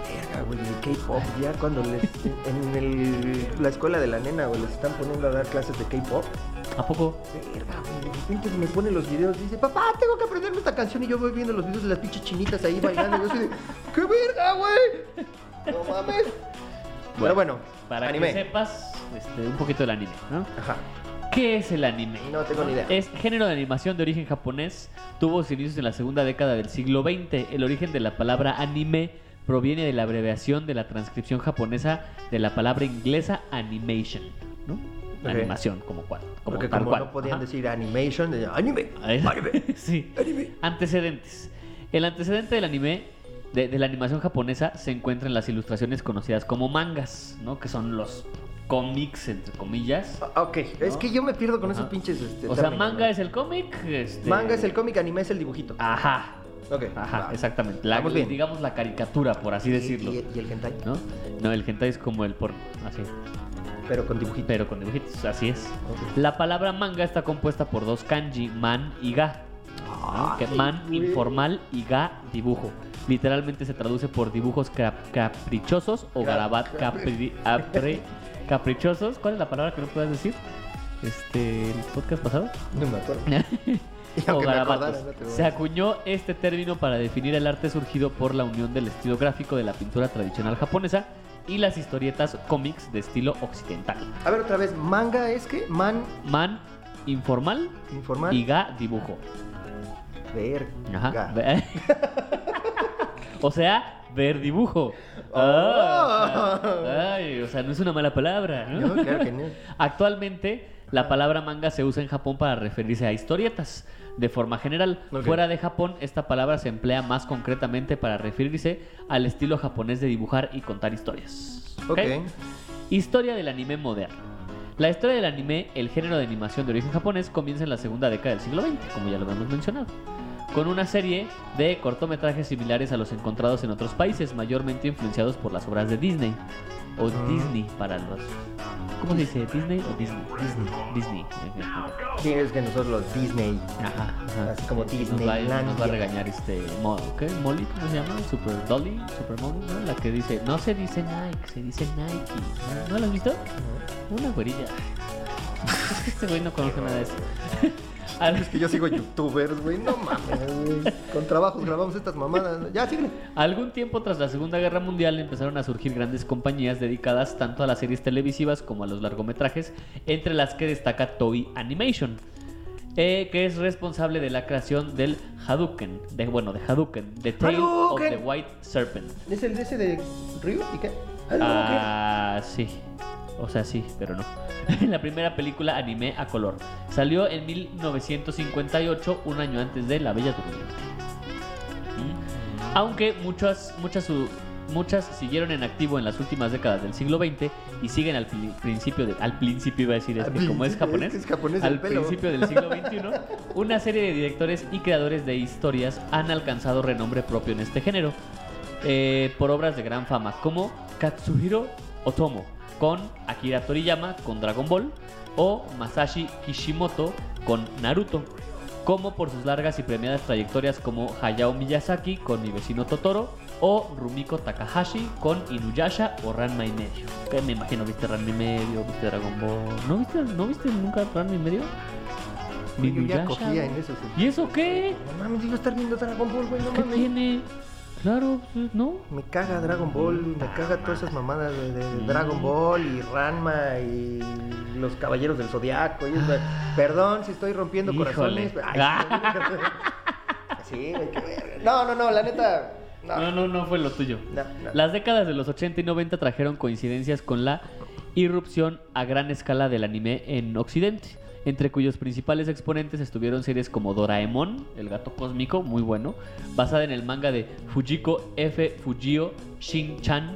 Speaker 1: Verga, güey, el K-pop, ya cuando les, en el- la escuela de la nena, güey, les están poniendo a dar clases de K-pop.
Speaker 2: ¿A poco?
Speaker 1: Verga, güey, de repente me pone los videos dice, papá, tengo que aprenderme esta canción y yo voy viendo los videos de las pinches chinitas ahí bailando. y yo así de, ¡qué verga, güey! ¡No mames! Pero bueno,
Speaker 2: Para
Speaker 1: anime.
Speaker 2: que sepas este, un poquito del anime, ¿no?
Speaker 1: Ajá.
Speaker 2: ¿Qué es el anime?
Speaker 1: No tengo ni idea.
Speaker 2: Es género de animación de origen japonés. Tuvo sus inicios en la segunda década del siglo XX. El origen de la palabra anime proviene de la abreviación de la transcripción japonesa de la palabra inglesa animation, ¿no?
Speaker 1: Ok.
Speaker 2: Animación, como cual. Como
Speaker 1: Porque
Speaker 2: tal
Speaker 1: como
Speaker 2: cual.
Speaker 1: no podían
Speaker 2: Ajá.
Speaker 1: decir animation, de, anime,
Speaker 2: Ahí-
Speaker 1: anime,
Speaker 2: sí.
Speaker 1: anime.
Speaker 2: Antecedentes. El antecedente del anime, de, de la animación japonesa, se encuentra en las ilustraciones conocidas como mangas, ¿no? Que son los cómics, entre comillas.
Speaker 1: Ah, Ok, es que yo me pierdo con
Speaker 2: Ajá.
Speaker 1: esos pinches. Este,
Speaker 2: O sea,
Speaker 1: términos,
Speaker 2: manga
Speaker 1: ¿no?
Speaker 2: es el cómic. este-
Speaker 1: Manga es el cómic, anime es el dibujito.
Speaker 2: Ajá,
Speaker 1: ok.
Speaker 2: ajá,
Speaker 1: va.
Speaker 2: exactamente. La,
Speaker 1: Vamos bien.
Speaker 2: digamos la caricatura, por así
Speaker 1: Y-
Speaker 2: decirlo.
Speaker 1: Y, y el hentai,
Speaker 2: ¿No? No, el hentai es como el porno, así.
Speaker 1: pero con dibujito.
Speaker 2: Pero con dibujitos, así es.
Speaker 1: Ok.
Speaker 2: La palabra manga está compuesta por dos kanji, man y ga. ¿no?
Speaker 1: Ah,
Speaker 2: Que man
Speaker 1: güey.
Speaker 2: informal y ga dibujo. Literalmente se traduce por dibujos crap- caprichosos o
Speaker 1: Cap-
Speaker 2: garabat capri- apre- caprichosos. ¿Cuál es la palabra que no puedes decir? Este, el podcast pasado.
Speaker 1: No me acuerdo. Y
Speaker 2: o
Speaker 1: aunque me
Speaker 2: garabatos.
Speaker 1: acordara, no te voy a
Speaker 2: Se acuñó este término para definir el arte surgido por la unión del estilo gráfico de la pintura tradicional japonesa y las historietas cómics de estilo occidental.
Speaker 1: A ver, otra vez, manga es que man
Speaker 2: Man informal
Speaker 1: informal.
Speaker 2: y ga dibujo.
Speaker 1: Verga.
Speaker 2: Ajá. Ve- o sea, ver dibujo.
Speaker 1: Oh.
Speaker 2: Ah, o sea, ay, o sea, no es una mala palabra, ¿no?
Speaker 1: No, claro que no.
Speaker 2: Actualmente, la palabra manga se usa en Japón para referirse a historietas. De forma general,
Speaker 1: Ok.
Speaker 2: fuera de Japón, esta palabra se emplea más concretamente para referirse al estilo japonés de dibujar y contar historias. ¿ok?
Speaker 1: Ok.
Speaker 2: Historia del anime moderno. La historia del anime, el género de animación de origen japonés, comienza en la segunda década del siglo XX, como ya lo hemos mencionado, con una serie de cortometrajes similares a los encontrados en otros países, mayormente influenciados por las obras de Disney, o
Speaker 1: Mm.
Speaker 2: Disney para los... ¿Cómo se dice? ¿Disney o Disney? Disney. Ajá,
Speaker 1: Sí, es que nosotros los Disney.
Speaker 2: ajá.
Speaker 1: Así como
Speaker 2: Nos va, nos va a
Speaker 1: Disneylandia.
Speaker 2: regañar este... Mo- ¿Qué? ¿Molly? ¿Cómo se llama? ¿Super Dolly? ¿Super Molly? ¿no? La que dice... No se dice Nike, se dice Nike. ¿No lo has visto? Una güerilla. Es que este güey no conoce nada de eso. A los-
Speaker 1: Es que yo sigo youtubers, güey. No mames, güey. Con trabajos grabamos estas mamadas. Ya, síguele.
Speaker 2: Algún tiempo tras la Segunda Guerra Mundial empezaron a surgir grandes compañías dedicadas tanto a las series televisivas como a los largometrajes, entre las que destaca Toei Animation, eh, que es responsable de la creación del Hadouken, de, bueno, de Hadouken, The Tale of
Speaker 1: ¡Hadouken!
Speaker 2: the White Serpent.
Speaker 1: ¿Es el de ese de Ryu? ¿Y qué? Ah, no,
Speaker 2: Ah, sí. O sea, sí, pero no. la primera película anime a color. Salió en 1958, un año antes de La Bella Durmiente. ¿Mm? Aunque muchas, muchas, su- muchas siguieron en activo en las últimas décadas del siglo XX y siguen al pli- principio, de- al principio iba a decir, es
Speaker 1: Al
Speaker 2: que como
Speaker 1: principio,
Speaker 2: es
Speaker 1: es
Speaker 2: japonés,
Speaker 1: que es japonés el
Speaker 2: al
Speaker 1: pelo.
Speaker 2: principio del siglo XXI, una serie de directores y creadores de historias han alcanzado renombre propio en este género eh, por obras de gran fama como Katsuhiro Otomo con Akira Toriyama con Dragon Ball o Masashi Kishimoto con Naruto, como por sus largas y premiadas trayectorias como Hayao Miyazaki con Mi vecino Totoro o Rumiko Takahashi con Inuyasha o Ranma y medio. Que me imagino viste Ranma y medio, viste Dragon Ball. ¿No viste, no viste nunca Ranma y medio?
Speaker 1: güey, yo ya
Speaker 2: Inuyasha,
Speaker 1: cogía
Speaker 2: güey.
Speaker 1: en eso. sí.
Speaker 2: ¿Y eso qué?
Speaker 1: No mames, yo iba a estar viendo Dragon Ball, güey, no
Speaker 2: ¿Qué
Speaker 1: mames.
Speaker 2: tiene? Claro, pues, ¿no?
Speaker 1: Me caga Dragon Ball, me caga todas esas mamadas de, de- de
Speaker 2: Sí.
Speaker 1: Dragon Ball y Ranma y los Caballeros del Zodiaco. y eso. Perdón si estoy rompiendo
Speaker 2: Híjole.
Speaker 1: corazones. Ay, sí, güey, qué verga. No, no, no, la neta. No,
Speaker 2: No,
Speaker 1: no,
Speaker 2: no, no fue lo tuyo.
Speaker 1: no.
Speaker 2: Las décadas de los 80 y 90 trajeron coincidencias con la irrupción a gran escala del anime en Occidente, entre cuyos principales exponentes estuvieron series como Doraemon, el gato cósmico, muy bueno, basada en el manga de Fujiko F. Fujio Shin-chan,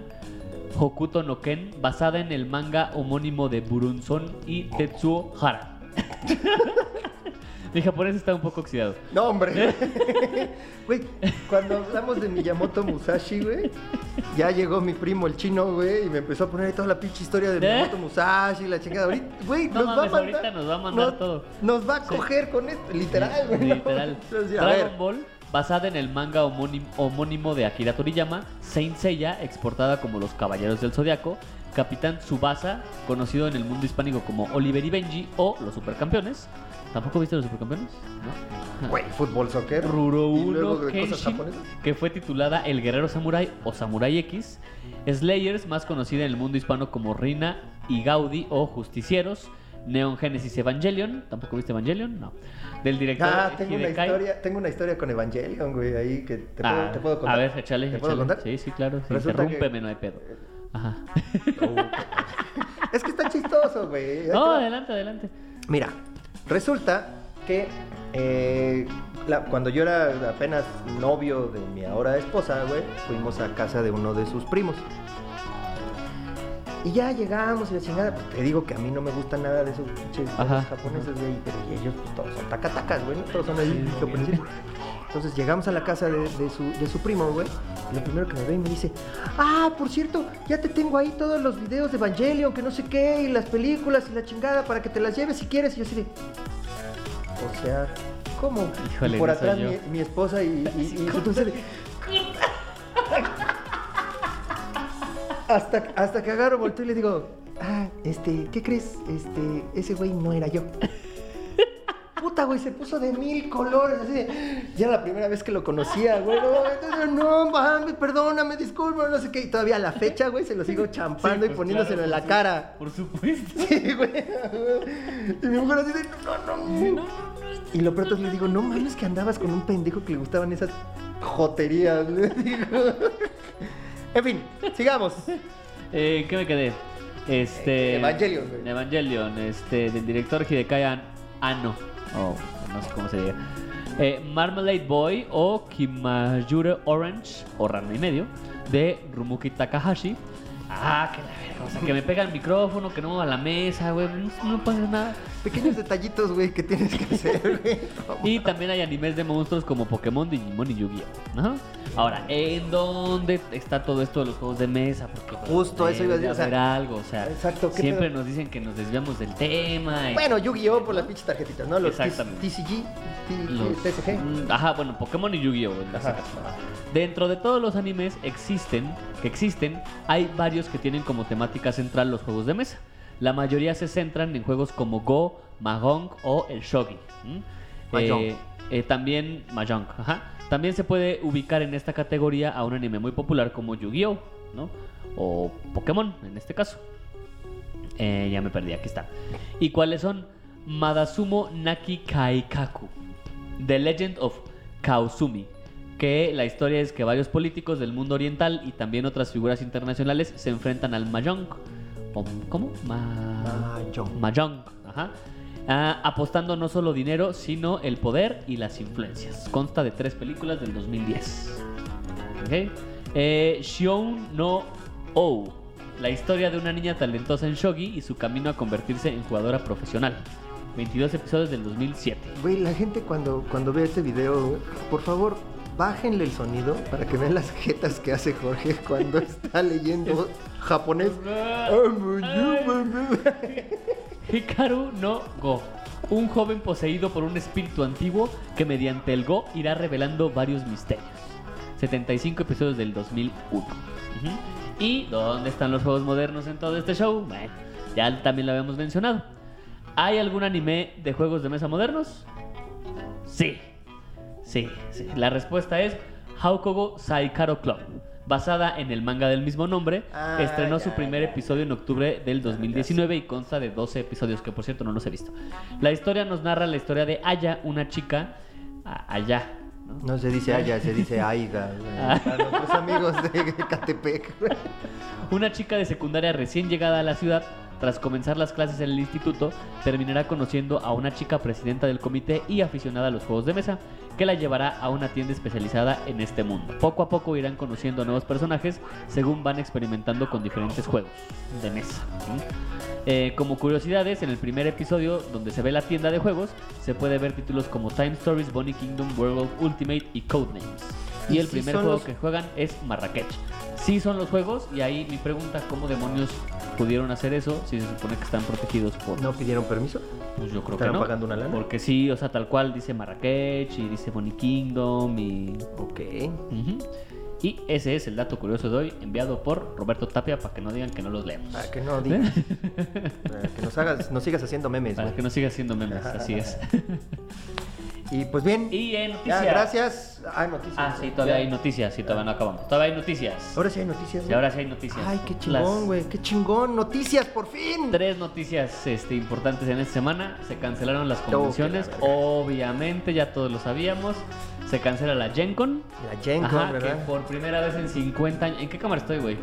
Speaker 2: Hokuto no Ken, basada en el manga homónimo de Burunson y Tetsuo Hara. Mi japonés está un poco oxidado.
Speaker 1: No, hombre. Güey, cuando hablamos de Miyamoto Musashi, güey, ya llegó mi primo, el chino, güey, y me empezó a poner ahí toda la pinche historia de
Speaker 2: ¿Eh?
Speaker 1: Miyamoto Musashi, la chingada. Ahorita, güey,
Speaker 2: No
Speaker 1: nos va a
Speaker 2: mames,
Speaker 1: mandar.
Speaker 2: ahorita nos va a mandar todo.
Speaker 1: Nos va a coger con esto, literal, güey. ¿no?
Speaker 2: Literal.
Speaker 1: Entonces, a ver,
Speaker 2: Dragon Ball, basada en el manga homónim- homónimo de Akira Toriyama, Saint Seiya, exportada como Los Caballeros del Zodiaco, Capitán Tsubasa, conocido en el mundo hispánico como Oliver y Benji o Los Supercampeones. ¿Tampoco viste Los Supercampeones? ¿No?
Speaker 1: güey, fútbol, soccer. y luego
Speaker 2: Rurouni
Speaker 1: de cosas
Speaker 2: Kenshin,
Speaker 1: japonesas.
Speaker 2: que fue titulada El Guerrero Samurai o Samurai X, Slayers, más conocida en el mundo hispano como Rina y Gaudi o Justicieros, Neon Genesis Evangelion, ¿tampoco viste Evangelion? No. Del director
Speaker 1: Ah, tengo una,
Speaker 2: Hidekai.
Speaker 1: historia, tengo una historia con Evangelion, güey, ahí que te puedo,
Speaker 2: Ah,
Speaker 1: te puedo contar.
Speaker 2: A ver, échale,
Speaker 1: ¿Te puedo
Speaker 2: échale.
Speaker 1: contar?
Speaker 2: Sí, sí, claro. Sí,
Speaker 1: Resulta eh,
Speaker 2: interrúmpeme, no hay pedo. Ajá.
Speaker 1: Es que está chistoso, güey. Ahí te
Speaker 2: No,
Speaker 1: va.
Speaker 2: adelante, adelante.
Speaker 1: Mira, resulta que eh, la- cuando yo era apenas novio de mi ahora esposa, güey, fuimos a casa de uno de sus primos. Y ya llegamos y la chingada, pues te digo que a mí no me gusta nada de esos pinches cosas
Speaker 2: Ajá.
Speaker 1: japoneses, güey, pero y ellos pues, todos son tacatacas, güey, ¿no? todos son
Speaker 2: Sí,
Speaker 1: ahí
Speaker 2: sí.
Speaker 1: japoneses. Entonces llegamos a la casa de, de su, de su primo, güey, y lo primero que me ve y me dice, ah, por cierto, ya te tengo ahí todos los videos de Evangelion, que no sé qué, y las películas y la chingada para que te las lleves si quieres, y yo así de... O sea, ¿cómo?
Speaker 2: Híjole,
Speaker 1: Y por
Speaker 2: no soy
Speaker 1: atrás
Speaker 2: yo.
Speaker 1: mi, mi esposa y, y- y su- entonces le- hasta, hasta que agarro, volteo y le digo, ah, este, ¿qué crees? Este, ese güey no era yo. Puta, güey, se puso de mil colores, así de, ya era la primera vez que lo conocía, güey, no, entonces, no, mames, perdóname, disculpa, no sé qué, y todavía a la fecha, güey, se lo sigo champando
Speaker 2: Sí, pues,
Speaker 1: y poniéndoselo
Speaker 2: claro,
Speaker 1: en la
Speaker 2: por su-
Speaker 1: cara.
Speaker 2: Por supuesto.
Speaker 1: Sí, güey. Y mi mujer así de, no, no, no. Y lo pronto le digo, no mames que andabas con un pendejo que le gustaban esas joterías, le digo. En fin, sigamos.
Speaker 2: Eh, ¿en ¿Qué me quedé? Este.
Speaker 1: Eh, Evangelion, güey.
Speaker 2: Evangelion, este, del director Hidekai An- Anno. Oh, no sé cómo se diga. Eh, Marmalade Boy o Kimajure Orange, o Rama y medio, de Rumuki Takahashi. Ah, que la verga, o sea, que me pega el micrófono, que no a la mesa, güey, no, no pasa nada.
Speaker 1: Pequeños detallitos, güey, que tienes que hacer, güey.
Speaker 2: Y también hay animes de monstruos como Pokémon, Digimon y Yu-Gi-Oh! ¿no? Ahora, ¿en dónde está todo esto de los juegos de mesa? Porque pues,
Speaker 1: Justo eso iba a decir,
Speaker 2: debe
Speaker 1: o sea,
Speaker 2: haber algo, o sea,
Speaker 1: exacto, ¿qué
Speaker 2: siempre
Speaker 1: pedo?
Speaker 2: nos dicen que nos desviamos del tema. y-
Speaker 1: Bueno, Yu-Gi-Oh! por las pinches tarjetitas, ¿no? Los
Speaker 2: Exactamente.
Speaker 1: TCG, T-
Speaker 2: los-
Speaker 1: TCG.
Speaker 2: mm, Ajá, bueno, Pokémon y Yu-Gi-Oh! en las
Speaker 1: Ajá.
Speaker 2: secas. Dentro de todos los animes existen, que existen, hay varios que tienen como temática central los juegos de mesa. La mayoría se centran en juegos como Go, Mahjong o el Shogi. ¿m?
Speaker 1: Mahjong.
Speaker 2: Eh, eh, también Mahjong, ajá. También se puede ubicar en esta categoría a un anime muy popular como Yu-Gi-Oh! ¿no? O Pokémon, en este caso. Eh, ya me perdí, aquí está. ¿Y cuáles son? Madasumo Naki Kaikaku, The Legend of Kaosumi, que la historia es que varios políticos del mundo oriental y también otras figuras internacionales se enfrentan al Mahjong. ¿O ¿Cómo? Ma-
Speaker 1: Mahjong.
Speaker 2: Mahjong, ajá. Ah, apostando no solo dinero, sino el poder y las influencias. Consta de tres películas del 2010. Ok. Eh, Shion no Oh. La historia de una niña talentosa en shogi y su camino a convertirse en jugadora profesional. 22 episodios del 2007.
Speaker 1: Güey, la gente cuando, cuando ve este video, güey, por favor, bájenle el sonido para que vean las jetas que hace Jorge cuando está leyendo japonés. Ah,
Speaker 2: Hikaru no Go. Un joven poseído por un espíritu antiguo que mediante el Go irá revelando varios misterios. 75 episodios del 2001. Ujú. ¿Y dónde están los juegos modernos en todo este show? Bueno, ya también lo habíamos mencionado. ¿Hay algún anime de juegos de mesa modernos? Sí. Sí, sí. La respuesta es Haukogo Saikaro Club. Basada en el manga del mismo nombre,
Speaker 1: Ah,
Speaker 2: estrenó su
Speaker 1: ya,
Speaker 2: primer
Speaker 1: ya.
Speaker 2: episodio en octubre del 2019 y consta de 12 episodios, que por cierto no los he visto. La historia nos narra la historia de Aya, una chica. a- Aya. ¿no?
Speaker 1: No se dice Aya, se dice Aida. güey, Para nuestros amigos de Catepec. güey.
Speaker 2: Una chica de secundaria recién llegada a la ciudad, tras comenzar las clases en el instituto, terminará conociendo a una chica presidenta del comité y aficionada a los juegos de mesa, que la llevará a una tienda especializada en este mundo. Poco a poco irán conociendo a nuevos personajes según van experimentando con diferentes juegos de mesa. ¿sí? Eh, como curiosidades, en el primer episodio, donde se ve la tienda de juegos, se puede ver títulos como Time Stories, Bonnie Kingdom, World of Ultimate y Codenames. Y
Speaker 1: Y
Speaker 2: el
Speaker 1: sí
Speaker 2: primer
Speaker 1: son
Speaker 2: juego
Speaker 1: los-
Speaker 2: que juegan es Marrakech. Sí son los juegos, y ahí mi pregunta, ¿cómo demonios pudieron hacer eso si se supone que están protegidos por...
Speaker 1: ¿No pidieron permiso?
Speaker 2: Pues yo creo que
Speaker 1: ¿Estarán
Speaker 2: no.
Speaker 1: pagando una lana?
Speaker 2: Porque sí, o sea, tal cual dice Marrakech y dice Bonnie Kingdom y...
Speaker 1: Ok.
Speaker 2: Ujú. Y ese es el dato curioso de hoy, enviado por Roberto Tapia, para que no digan que no los leemos.
Speaker 1: Para que no digas. Para que nos, hagas, nos sigas haciendo memes,
Speaker 2: Para
Speaker 1: güey.
Speaker 2: que no siga siendo memes, así es.
Speaker 1: Y pues bien.
Speaker 2: Y en
Speaker 1: ya,
Speaker 2: noticias.
Speaker 1: gracias. Ah, noticias.
Speaker 2: Ah, sí, todavía
Speaker 1: Ya.
Speaker 2: hay noticias, sí, todavía no acabamos. Todavía hay noticias.
Speaker 1: Ahora sí hay noticias.
Speaker 2: Y ahora sí hay noticias.
Speaker 1: Ay, qué
Speaker 2: Las
Speaker 1: chingón, güey. Qué chingón. Noticias, por fin.
Speaker 2: Tres noticias este, importantes en esta semana. Se cancelaron las
Speaker 1: Oh,
Speaker 2: convenciones,
Speaker 1: que la verga.
Speaker 2: obviamente, ya todos lo sabíamos. Se cancela la Gen Con.
Speaker 1: La Gen Con,
Speaker 2: Ajá,
Speaker 1: ¿verdad?
Speaker 2: que por primera vez en 50 años. ¿En qué cámara estoy, güey?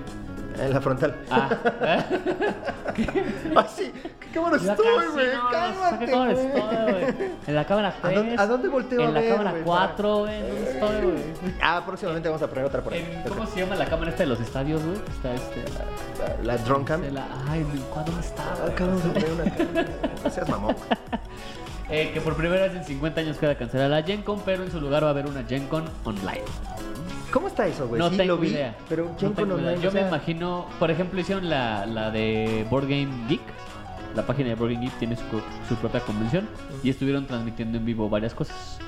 Speaker 1: En la frontal.
Speaker 2: Ah,
Speaker 1: Ay, sí. Qué cámara
Speaker 2: Yo acá
Speaker 1: estoy,
Speaker 2: sí,
Speaker 1: güey.
Speaker 2: no, no,
Speaker 1: Cálmate,
Speaker 2: ¿qué cámara estoy,
Speaker 1: güey.
Speaker 2: güey? En la cámara
Speaker 1: ¿A dónde-
Speaker 2: 3.
Speaker 1: a dónde volteo
Speaker 2: En
Speaker 1: a
Speaker 2: la
Speaker 1: ver,
Speaker 2: cámara
Speaker 1: güey, Eh.
Speaker 2: 4, güey. ¿Dónde estoy, güey?
Speaker 1: Ah, próximamente vamos a poner otra por ahí.
Speaker 2: En- ¿Cómo se llama la cámara esta de los estadios, güey? Que Está este.
Speaker 1: La, la drone cam.
Speaker 2: de la- Ay, ¿cuál- ¿dónde está?
Speaker 1: Ah,
Speaker 2: güey?
Speaker 1: cabrón, se me ve una cámara. No seas mamón. güey.
Speaker 2: Eh, que por primera vez en 50 años queda cancelada la Gen Con, pero en su lugar va a haber una Gen Con online.
Speaker 1: ¿Cómo está eso, güey?
Speaker 2: no
Speaker 1: Pues sí,
Speaker 2: tengo
Speaker 1: lo vi,
Speaker 2: idea.
Speaker 1: Pero
Speaker 2: No
Speaker 1: ¿quién
Speaker 2: tengo idea.
Speaker 1: conoce?
Speaker 2: Yo me imagino, por ejemplo, hicieron la, la de Board Game Geek. La página de Board Game Geek tiene su, co- su propia convención y estuvieron transmitiendo en vivo varias cosas.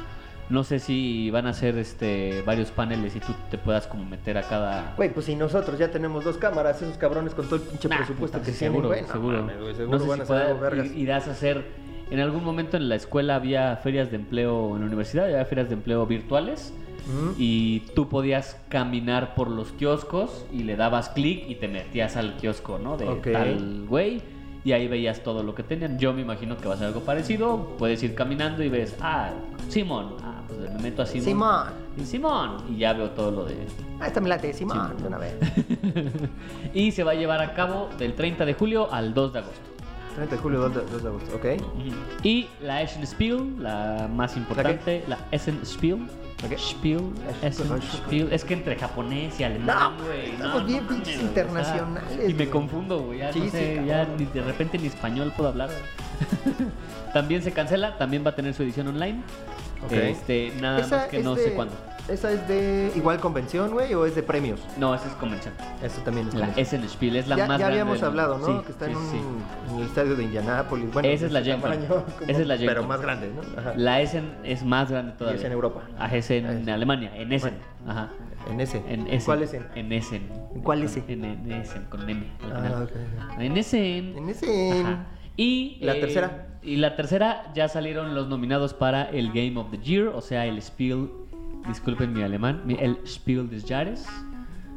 Speaker 2: No sé si van a hacer este varios paneles y tú te puedas como meter a cada
Speaker 1: Güey, pues si nosotros ya tenemos dos cámaras, esos cabrones con todo el pinche
Speaker 2: Nah,
Speaker 1: presupuesto
Speaker 2: puta,
Speaker 1: que
Speaker 2: sí,
Speaker 1: tienen,
Speaker 2: seguro,
Speaker 1: güey, no
Speaker 2: seguro.
Speaker 1: mames, güey, seguro
Speaker 2: No sé
Speaker 1: van
Speaker 2: si
Speaker 1: a hacer
Speaker 2: pueda-
Speaker 1: algo vergas.
Speaker 2: ir- irás a hacer. En algún momento en la escuela había ferias de empleo, en la universidad había ferias de empleo virtuales
Speaker 1: Ujú.
Speaker 2: y tú podías caminar por los kioscos y le dabas clic y te metías al kiosco, ¿no? De
Speaker 1: Ok.
Speaker 2: tal güey y ahí veías todo lo que tenían. Yo me imagino que va a ser algo parecido. Puedes ir caminando y ves, ah, Simón, ah, pues me meto a Simón.
Speaker 1: Simón.
Speaker 2: Y Simón, y ya veo todo lo de
Speaker 1: Ah, esta me late, Simón, de una vez.
Speaker 2: y se va a llevar a cabo del 30 de julio al 2 de agosto.
Speaker 1: 30 de julio, 2 de, 2 de agosto, ok.
Speaker 2: Y la Essen Spiel, la más importante, la Essen Spiel.
Speaker 1: Ok.
Speaker 2: Spiel, Essen
Speaker 1: Essen
Speaker 2: Spiel. Es que entre japonés y alemán,
Speaker 1: No,
Speaker 2: güey.
Speaker 1: estamos bien
Speaker 2: mames,
Speaker 1: pinches
Speaker 2: güey, o sea,
Speaker 1: internacionales,
Speaker 2: Y me
Speaker 1: güey.
Speaker 2: confundo, güey. Ya,
Speaker 1: Sí,
Speaker 2: no
Speaker 1: sí,
Speaker 2: sé,
Speaker 1: cabrón.
Speaker 2: ya ni- de repente ni español puedo hablar. güey. también se cancela, también va a tener su edición online.
Speaker 1: Ok.
Speaker 2: Este, nada más que no
Speaker 1: de-
Speaker 2: sé cuándo.
Speaker 1: ¿Esa es de igual convención, güey, o es de premios?
Speaker 2: No, esa es convención.
Speaker 1: Eso también es
Speaker 2: La
Speaker 1: convención.
Speaker 2: Essen Spiel es la
Speaker 1: ya,
Speaker 2: más
Speaker 1: ya
Speaker 2: grande
Speaker 1: habíamos
Speaker 2: del mundo.
Speaker 1: hablado, ¿no?
Speaker 2: Sí,
Speaker 1: que está en,
Speaker 2: sí,
Speaker 1: un,
Speaker 2: sí.
Speaker 1: en el estadio de Indianápolis. Bueno,
Speaker 2: Esa
Speaker 1: de
Speaker 2: es la
Speaker 1: este
Speaker 2: Gen Con.
Speaker 1: tamaño, como-
Speaker 2: Esa es la Gen
Speaker 1: Pero
Speaker 2: Con.
Speaker 1: más grande, ¿no? Ajá.
Speaker 2: La Essen es más grande todavía.
Speaker 1: en Europa.
Speaker 2: Ajá, es en
Speaker 1: Ah, es-
Speaker 2: Alemania, en Essen. Ajá.
Speaker 1: En ese.
Speaker 2: En Essen.
Speaker 1: ¿Cuál es en?
Speaker 2: En Essen.
Speaker 1: ¿En cuál Essen?
Speaker 2: En, en Essen, con M. al
Speaker 1: Ah,
Speaker 2: final.
Speaker 1: ok.
Speaker 2: En Essen.
Speaker 1: En ese.
Speaker 2: Ajá. Y eh,
Speaker 1: ¿La tercera?
Speaker 2: Y la tercera ya salieron los nominados para el Game of the Year, o sea, el Spiel, disculpen mi alemán, mi- el Spiel des Jahres,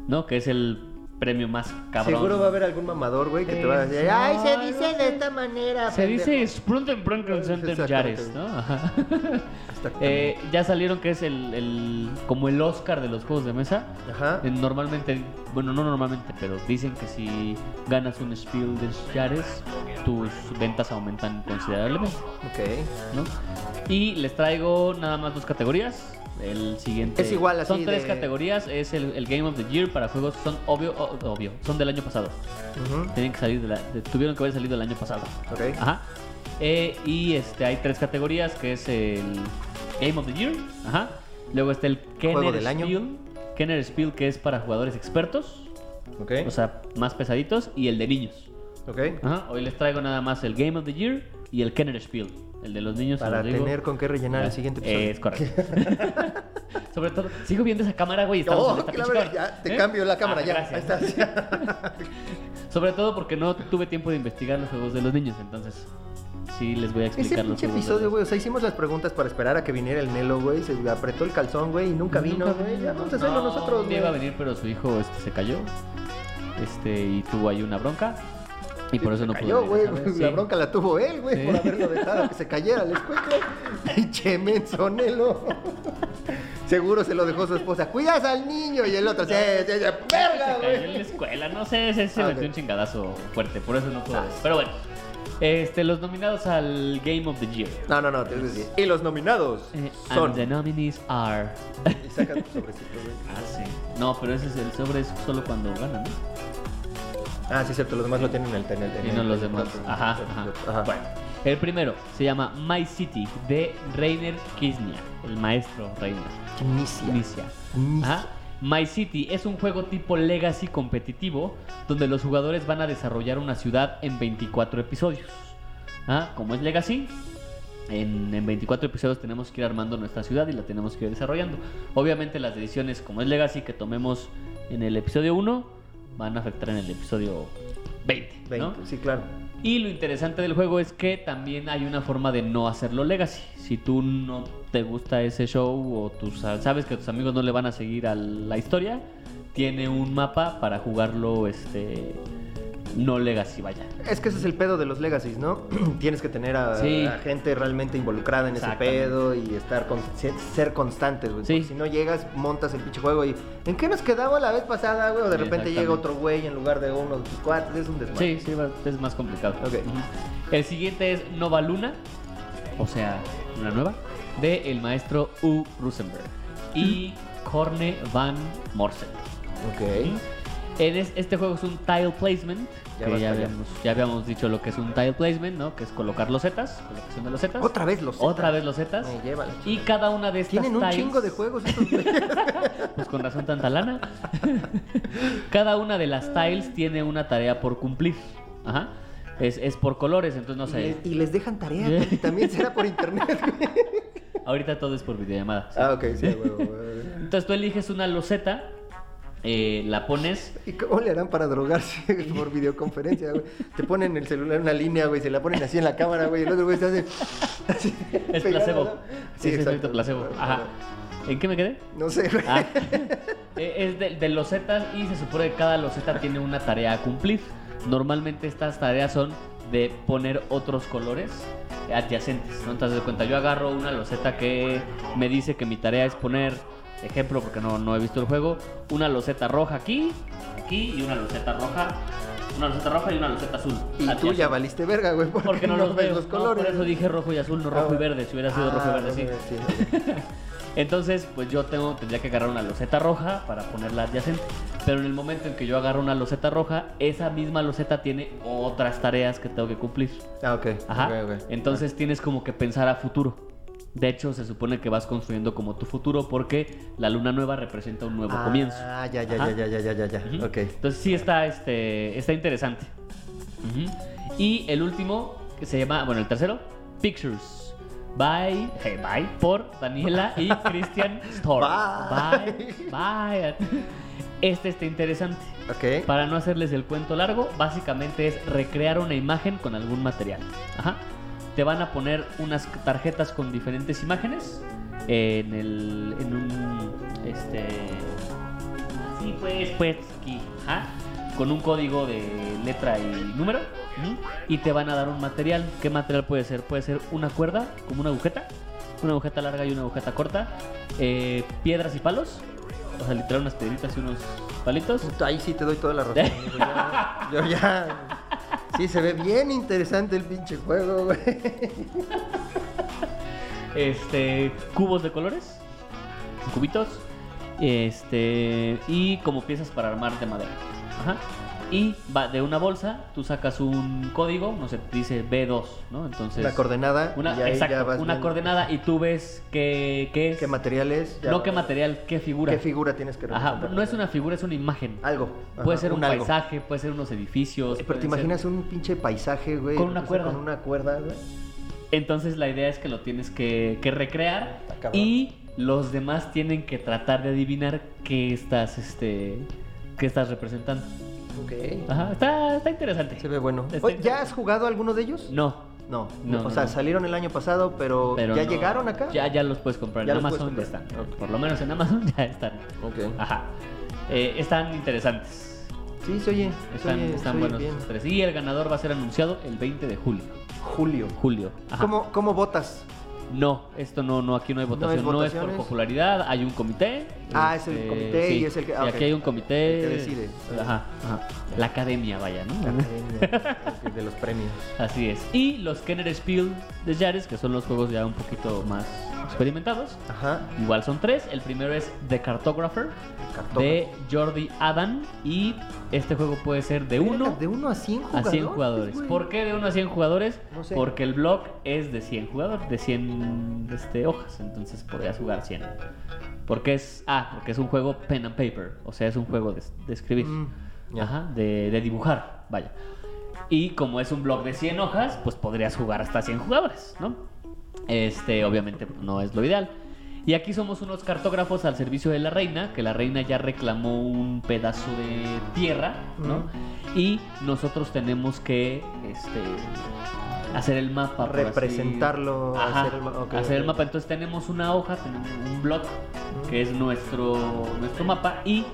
Speaker 2: ¿no? Que es el premio más cabrón.
Speaker 1: Seguro va a haber algún mamador, güey, que te va a decir,
Speaker 2: Sí,
Speaker 1: ay, se
Speaker 2: no,
Speaker 1: dice
Speaker 2: no
Speaker 1: de
Speaker 2: sé".
Speaker 1: esta manera.
Speaker 2: Se
Speaker 1: pendejo".
Speaker 2: dice Sprunten Brunken
Speaker 1: Exactamente.
Speaker 2: Jahres, ¿no? Ajá.
Speaker 1: Exactamente.
Speaker 2: Eh, ya salieron que es el, el- como el Oscar de los juegos de mesa.
Speaker 1: Ajá.
Speaker 2: Eh, Normalmente, bueno, no normalmente, pero dicen que si ganas un Spiel de Jahres, tus ventas aumentan considerablemente,
Speaker 1: Ok.
Speaker 2: ¿no? Y les traigo nada más dos categorías. El siguiente.
Speaker 1: Es igual, así
Speaker 2: Son tres
Speaker 1: de-
Speaker 2: categorías. Es el, el Game of the Year para juegos. Son obvio, o- obvio. Son del año pasado.
Speaker 1: Ujú.
Speaker 2: Tienen que salir de la- de- tuvieron que haber salido el año pasado.
Speaker 1: Ok.
Speaker 2: Ajá. Eh, y este, hay tres categorías, que es el Game of the Year. Ajá. Luego está el
Speaker 1: Juego
Speaker 2: Kenner
Speaker 1: del año.
Speaker 2: Spiel. Kenner Spiel, que es para jugadores expertos,
Speaker 1: Ok.
Speaker 2: o sea, más pesaditos, y el de niños.
Speaker 1: ok.
Speaker 2: Ajá. Hoy les traigo nada más el Game of the Year y el Kenner Spiel. El de los niños. se
Speaker 1: Para
Speaker 2: los digo.
Speaker 1: tener con qué rellenar el siguiente episodio.
Speaker 2: Eh, Es correcto. Sobre todo, sigo viendo esa cámara, güey. estamos
Speaker 1: Oh,
Speaker 2: en esta
Speaker 1: que la
Speaker 2: pinche
Speaker 1: verga,
Speaker 2: cámara.
Speaker 1: ya, te
Speaker 2: ¿Eh?
Speaker 1: cambio la cámara,
Speaker 2: Ah,
Speaker 1: ya.
Speaker 2: gracias.
Speaker 1: Ahí estás.
Speaker 2: Sobre todo porque no tuve tiempo de investigar los juegos de los niños, entonces sí les voy a
Speaker 1: Ese
Speaker 2: explicar los
Speaker 1: pinche
Speaker 2: segundos.
Speaker 1: episodio, güey. O sea, hicimos las preguntas para esperar a que viniera el Nelo, güey. Se apretó el calzón, güey, y nunca vino, güey. Ya vamos a hacerlo
Speaker 2: No,
Speaker 1: nosotros,
Speaker 2: un día
Speaker 1: güey.
Speaker 2: iba a venir, pero su hijo este, se cayó. Este, y tuvo ahí una bronca. Y por eso no
Speaker 1: cayó,
Speaker 2: pudo.
Speaker 1: güey.
Speaker 2: venir, ¿sabes?
Speaker 1: La
Speaker 2: Sí.
Speaker 1: bronca la tuvo él, güey,
Speaker 2: Sí.
Speaker 1: por haberlo dejado que se cayera al escuecle. Pinche menzonelo. Seguro se lo dejó su esposa. Cuidas al niño y el otro. "Sí, sí, sí, ¡Verga,
Speaker 2: Se cayó en la
Speaker 1: güey!
Speaker 2: escuela, no sé, se, se
Speaker 1: Ah,
Speaker 2: metió
Speaker 1: ok. Ah.
Speaker 2: un chingadazo fuerte, por eso no puedo. ver. Pero bueno, este, los nominados al Game of the Year.
Speaker 1: No, no, no, te voy a decir. Y los nominados
Speaker 2: Eh,
Speaker 1: son.
Speaker 2: And the nominees are.
Speaker 1: Y saca tu sobrecito, güey.
Speaker 2: Ah, sí. No, pero ese es el sobre es solo cuando ganan, ¿no?
Speaker 1: Ah, sí, es cierto. Los demás lo tienen en el tenel. en
Speaker 2: Y
Speaker 1: el-
Speaker 2: no los
Speaker 1: en el-
Speaker 2: demás. Ajá, ajá.
Speaker 1: Ajá.
Speaker 2: Bueno, el primero se llama My City de Rainer Kisnia, el maestro Rainer.
Speaker 1: Inicia.
Speaker 2: Inicia.
Speaker 1: Inicia.
Speaker 2: Ajá. My City es un juego tipo legacy competitivo donde los jugadores van a desarrollar una ciudad en 24 episodios. Ah, Como es legacy, en, en 24 episodios tenemos que ir armando nuestra ciudad y la tenemos que ir desarrollando. Obviamente las decisiones como es legacy que tomemos en el episodio 1 van a afectar en el episodio 20. ¿no?
Speaker 1: 20, Sí, claro.
Speaker 2: Y lo interesante del juego es que también hay una forma de no hacerlo legacy. Si tú no te gusta ese show o tú sa- sabes que tus amigos no le van a seguir a la historia, tiene un mapa para jugarlo este no legacy, vaya.
Speaker 1: Es que ese es el pedo de los legacies, ¿no? Tienes que tener a,
Speaker 2: Sí.
Speaker 1: a gente realmente involucrada en ese
Speaker 2: Exactamente.
Speaker 1: pedo y estar con- se- ser constantes, güey.
Speaker 2: Sí.
Speaker 1: Porque Si no llegas, montas el pinche juego y ¿en qué nos quedaba la vez pasada, güey? O de repente
Speaker 2: Exactamente.
Speaker 1: llega otro güey en lugar de uno de tus cuates, es un
Speaker 2: Sí,
Speaker 1: desmadre.
Speaker 2: sí, va- es más complicado.
Speaker 1: Ok.
Speaker 2: Ujú. El siguiente es Nova Luna, o sea, una nueva, de el maestro U. Rosenberg y Corne van Morset.
Speaker 1: Ok.
Speaker 2: En es- este juego es un tile placement.
Speaker 1: Ya
Speaker 2: que
Speaker 1: vas
Speaker 2: ya,
Speaker 1: para allá.
Speaker 2: habíamos, ya habíamos dicho lo que es un tile placement, ¿no? Que es colocar los zetas, colocación de los zetas.
Speaker 1: Otra vez los
Speaker 2: Otra
Speaker 1: Zetas.
Speaker 2: vez los zetas.
Speaker 1: Me lleva la
Speaker 2: Y
Speaker 1: chingada.
Speaker 2: cada una de estas
Speaker 1: Tienen un
Speaker 2: tiles-
Speaker 1: chingo de juegos estos güeyes.
Speaker 2: Pues con razón tanta lana. cada una de las tiles tiene una tarea por cumplir. Ajá. Es, es por colores, entonces no
Speaker 1: y,
Speaker 2: sé.
Speaker 1: les, y les dejan tarea, porque también será por internet, güey.
Speaker 2: Ahorita todo es por videollamada.
Speaker 1: Ah, ok, sí, güey, güey, güey.
Speaker 2: Entonces tú eliges una loseta, eh, la pones
Speaker 1: ¿Y cómo le harán para drogarse por videoconferencia, güey? Te ponen el celular en una línea, güey, se la ponen así en la cámara, güey, y el otro güey se hace... así,
Speaker 2: Es
Speaker 1: pegado,
Speaker 2: placebo.
Speaker 1: ¿no?
Speaker 2: Sí,
Speaker 1: Sí,
Speaker 2: es
Speaker 1: exacto.
Speaker 2: efecto placebo. Ajá. ¿En qué me quedé?
Speaker 1: No sé, güey.
Speaker 2: Ah. Eh, es de, de losetas y se supone que cada loseta tiene una tarea a cumplir. Normalmente estas tareas son de poner otros colores adyacentes. ¿no? Entonces, de cuenta, yo agarro una loseta que me dice que mi tarea es poner, ejemplo, porque no, no he visto el juego, una loseta roja aquí, aquí y una loseta roja, una loseta roja y una loseta azul.
Speaker 1: Y tú
Speaker 2: adyacente.
Speaker 1: ya valiste verga, güey, porque,
Speaker 2: Porque no, los
Speaker 1: ves
Speaker 2: veo.
Speaker 1: los
Speaker 2: No,
Speaker 1: colores.
Speaker 2: por eso dije rojo y azul, no rojo
Speaker 1: Ah,
Speaker 2: y verde. Si hubiera sido rojo y verde, sí. Entonces, pues yo tengo, tendría que agarrar una loseta roja para ponerla adyacente. Pero en el momento en que yo agarro una loseta roja, esa misma loseta tiene otras tareas que tengo que cumplir.
Speaker 1: Ah, ok.
Speaker 2: Ajá.
Speaker 1: ok, ok.
Speaker 2: Entonces tienes como que pensar a futuro. De hecho, se supone que vas construyendo como tu futuro porque la luna nueva representa un nuevo
Speaker 1: Ah,
Speaker 2: comienzo.
Speaker 1: Ah, ya, ya,
Speaker 2: Ajá.
Speaker 1: ya, ya, ya, ya, ya, ya.
Speaker 2: Ujú.
Speaker 1: Ok.
Speaker 2: Entonces sí está, este, está interesante. Ujú. Y el último, que se llama, bueno, el tercero, Pictures. Bye, hey, bye, por Daniela y Christian Storm.
Speaker 1: Bye.
Speaker 2: Bye, bye. Este está interesante.
Speaker 1: Ok.
Speaker 2: Para no hacerles el cuento largo, básicamente es recrear una imagen con algún material. Ajá. Te van a poner unas tarjetas con diferentes imágenes en el. en un. este. así pues, pues, aquí. Ajá. Con un código de letra y número. Ujú. Y te van a dar un material. ¿Qué material puede ser? Puede ser una cuerda, como una agujeta. Una agujeta larga y una agujeta corta. eh, piedras y palos. O sea, literal unas piedritas y unos palitos.
Speaker 1: Puta, ahí sí te doy toda la razón. amigo, ya. yo ya... Sí, se ve bien interesante el pinche juego, güey.
Speaker 2: este cubos de colores cubitos este y como piezas para armar de madera Ajá. y va de una bolsa tú sacas un código no sé dice B2 no entonces
Speaker 1: Una coordenada.
Speaker 2: una,
Speaker 1: y ahí
Speaker 2: exacto,
Speaker 1: ya vas
Speaker 2: una
Speaker 1: viendo
Speaker 2: coordenada y tú ves qué, qué es
Speaker 1: ¿Qué materiales?
Speaker 2: no qué material qué figura
Speaker 1: ¿Qué figura tienes que
Speaker 2: Ajá,
Speaker 1: representar?
Speaker 2: no es una figura es una imagen
Speaker 1: Algo. Ajá,
Speaker 2: puede ser un,
Speaker 1: algo.
Speaker 2: paisaje puede ser unos edificios
Speaker 1: Eh, Pero te
Speaker 2: pueden ser-
Speaker 1: imaginas un pinche paisaje, güey.
Speaker 2: Con una
Speaker 1: representado
Speaker 2: cuerda.
Speaker 1: Con una cuerda, güey.
Speaker 2: Entonces la idea es que lo tienes que, que recrear
Speaker 1: Está cabrón.
Speaker 2: y los demás tienen que tratar de adivinar qué estás, este, qué estás representando.
Speaker 1: Ok.
Speaker 2: Ajá, está, está interesante.
Speaker 1: Se ve bueno.
Speaker 2: Está
Speaker 1: Oye, ¿Ya
Speaker 2: interesante.
Speaker 1: has jugado alguno de ellos?
Speaker 2: No,
Speaker 1: No,
Speaker 2: No, no,
Speaker 1: o sea,
Speaker 2: no.
Speaker 1: salieron el año pasado, pero,
Speaker 2: Pero
Speaker 1: ¿ya
Speaker 2: no,
Speaker 1: llegaron acá?
Speaker 2: Ya, ya los puedes comprar
Speaker 1: Ya
Speaker 2: en
Speaker 1: los
Speaker 2: Amazon.
Speaker 1: puedes
Speaker 2: ya
Speaker 1: comprar.
Speaker 2: están.
Speaker 1: Ok.
Speaker 2: Por lo menos en Amazon ya están.
Speaker 1: Ok.
Speaker 2: Ajá. Eh, están interesantes.
Speaker 1: Sí, se oye. se
Speaker 2: Están,
Speaker 1: oye-
Speaker 2: están
Speaker 1: se oye
Speaker 2: buenos
Speaker 1: bien.
Speaker 2: los tres. Y el ganador va a ser anunciado el 20 de julio.
Speaker 1: Julio.
Speaker 2: Julio. Ajá.
Speaker 1: ¿Cómo, ¿Cómo votas?
Speaker 2: No, esto no, no, aquí no hay
Speaker 1: No
Speaker 2: votación.
Speaker 1: es
Speaker 2: No es, por
Speaker 1: votaciones.
Speaker 2: popularidad, hay un comité.
Speaker 1: Ah, es el comité y es el que- ah,
Speaker 2: y
Speaker 1: ok.
Speaker 2: aquí hay un comité.
Speaker 1: El que decide.
Speaker 2: Ajá.
Speaker 1: Ajá.
Speaker 2: La academia, vaya, ¿no?
Speaker 1: La academia ok, de los premios.
Speaker 2: Así es. Y los Kenner Spiel de Jares, que son los juegos ya un poquito más experimentados.
Speaker 1: Ajá.
Speaker 2: Igual son tres. El primero es The Cartographer
Speaker 1: Cartógrafo.
Speaker 2: de Jordi Adam. Y este juego puede ser de
Speaker 1: Mira,
Speaker 2: 1
Speaker 1: De 1 a 100
Speaker 2: a
Speaker 1: jugadores.
Speaker 2: 100 jugadores.
Speaker 1: güey.
Speaker 2: ¿Por qué de 1 a 100 jugadores?
Speaker 1: No sé.
Speaker 2: Porque el blog es de 100 jugadores, de 100 este, hojas. Entonces podrías jugar 100. Porque es, ah, porque es un juego pen and paper. O sea, es un juego de, de escribir.
Speaker 1: Mm, ya.
Speaker 2: Ajá, de, de dibujar, vaya. Y como es un blog de 100 hojas, pues podrías jugar hasta 100 jugadores, ¿no? Este, obviamente pues, no es lo ideal. Y aquí somos unos cartógrafos al servicio de la reina, que la reina ya reclamó un pedazo de tierra, ¿no?
Speaker 1: Ujú.
Speaker 2: Y nosotros tenemos que este, hacer el mapa. por así-
Speaker 1: Representarlo,
Speaker 2: Ajá,
Speaker 1: hacer el ma- ok,
Speaker 2: hacer el
Speaker 1: ok.
Speaker 2: mapa. Entonces tenemos una hoja, tenemos un blog, que es nuestro, nuestro mapa, y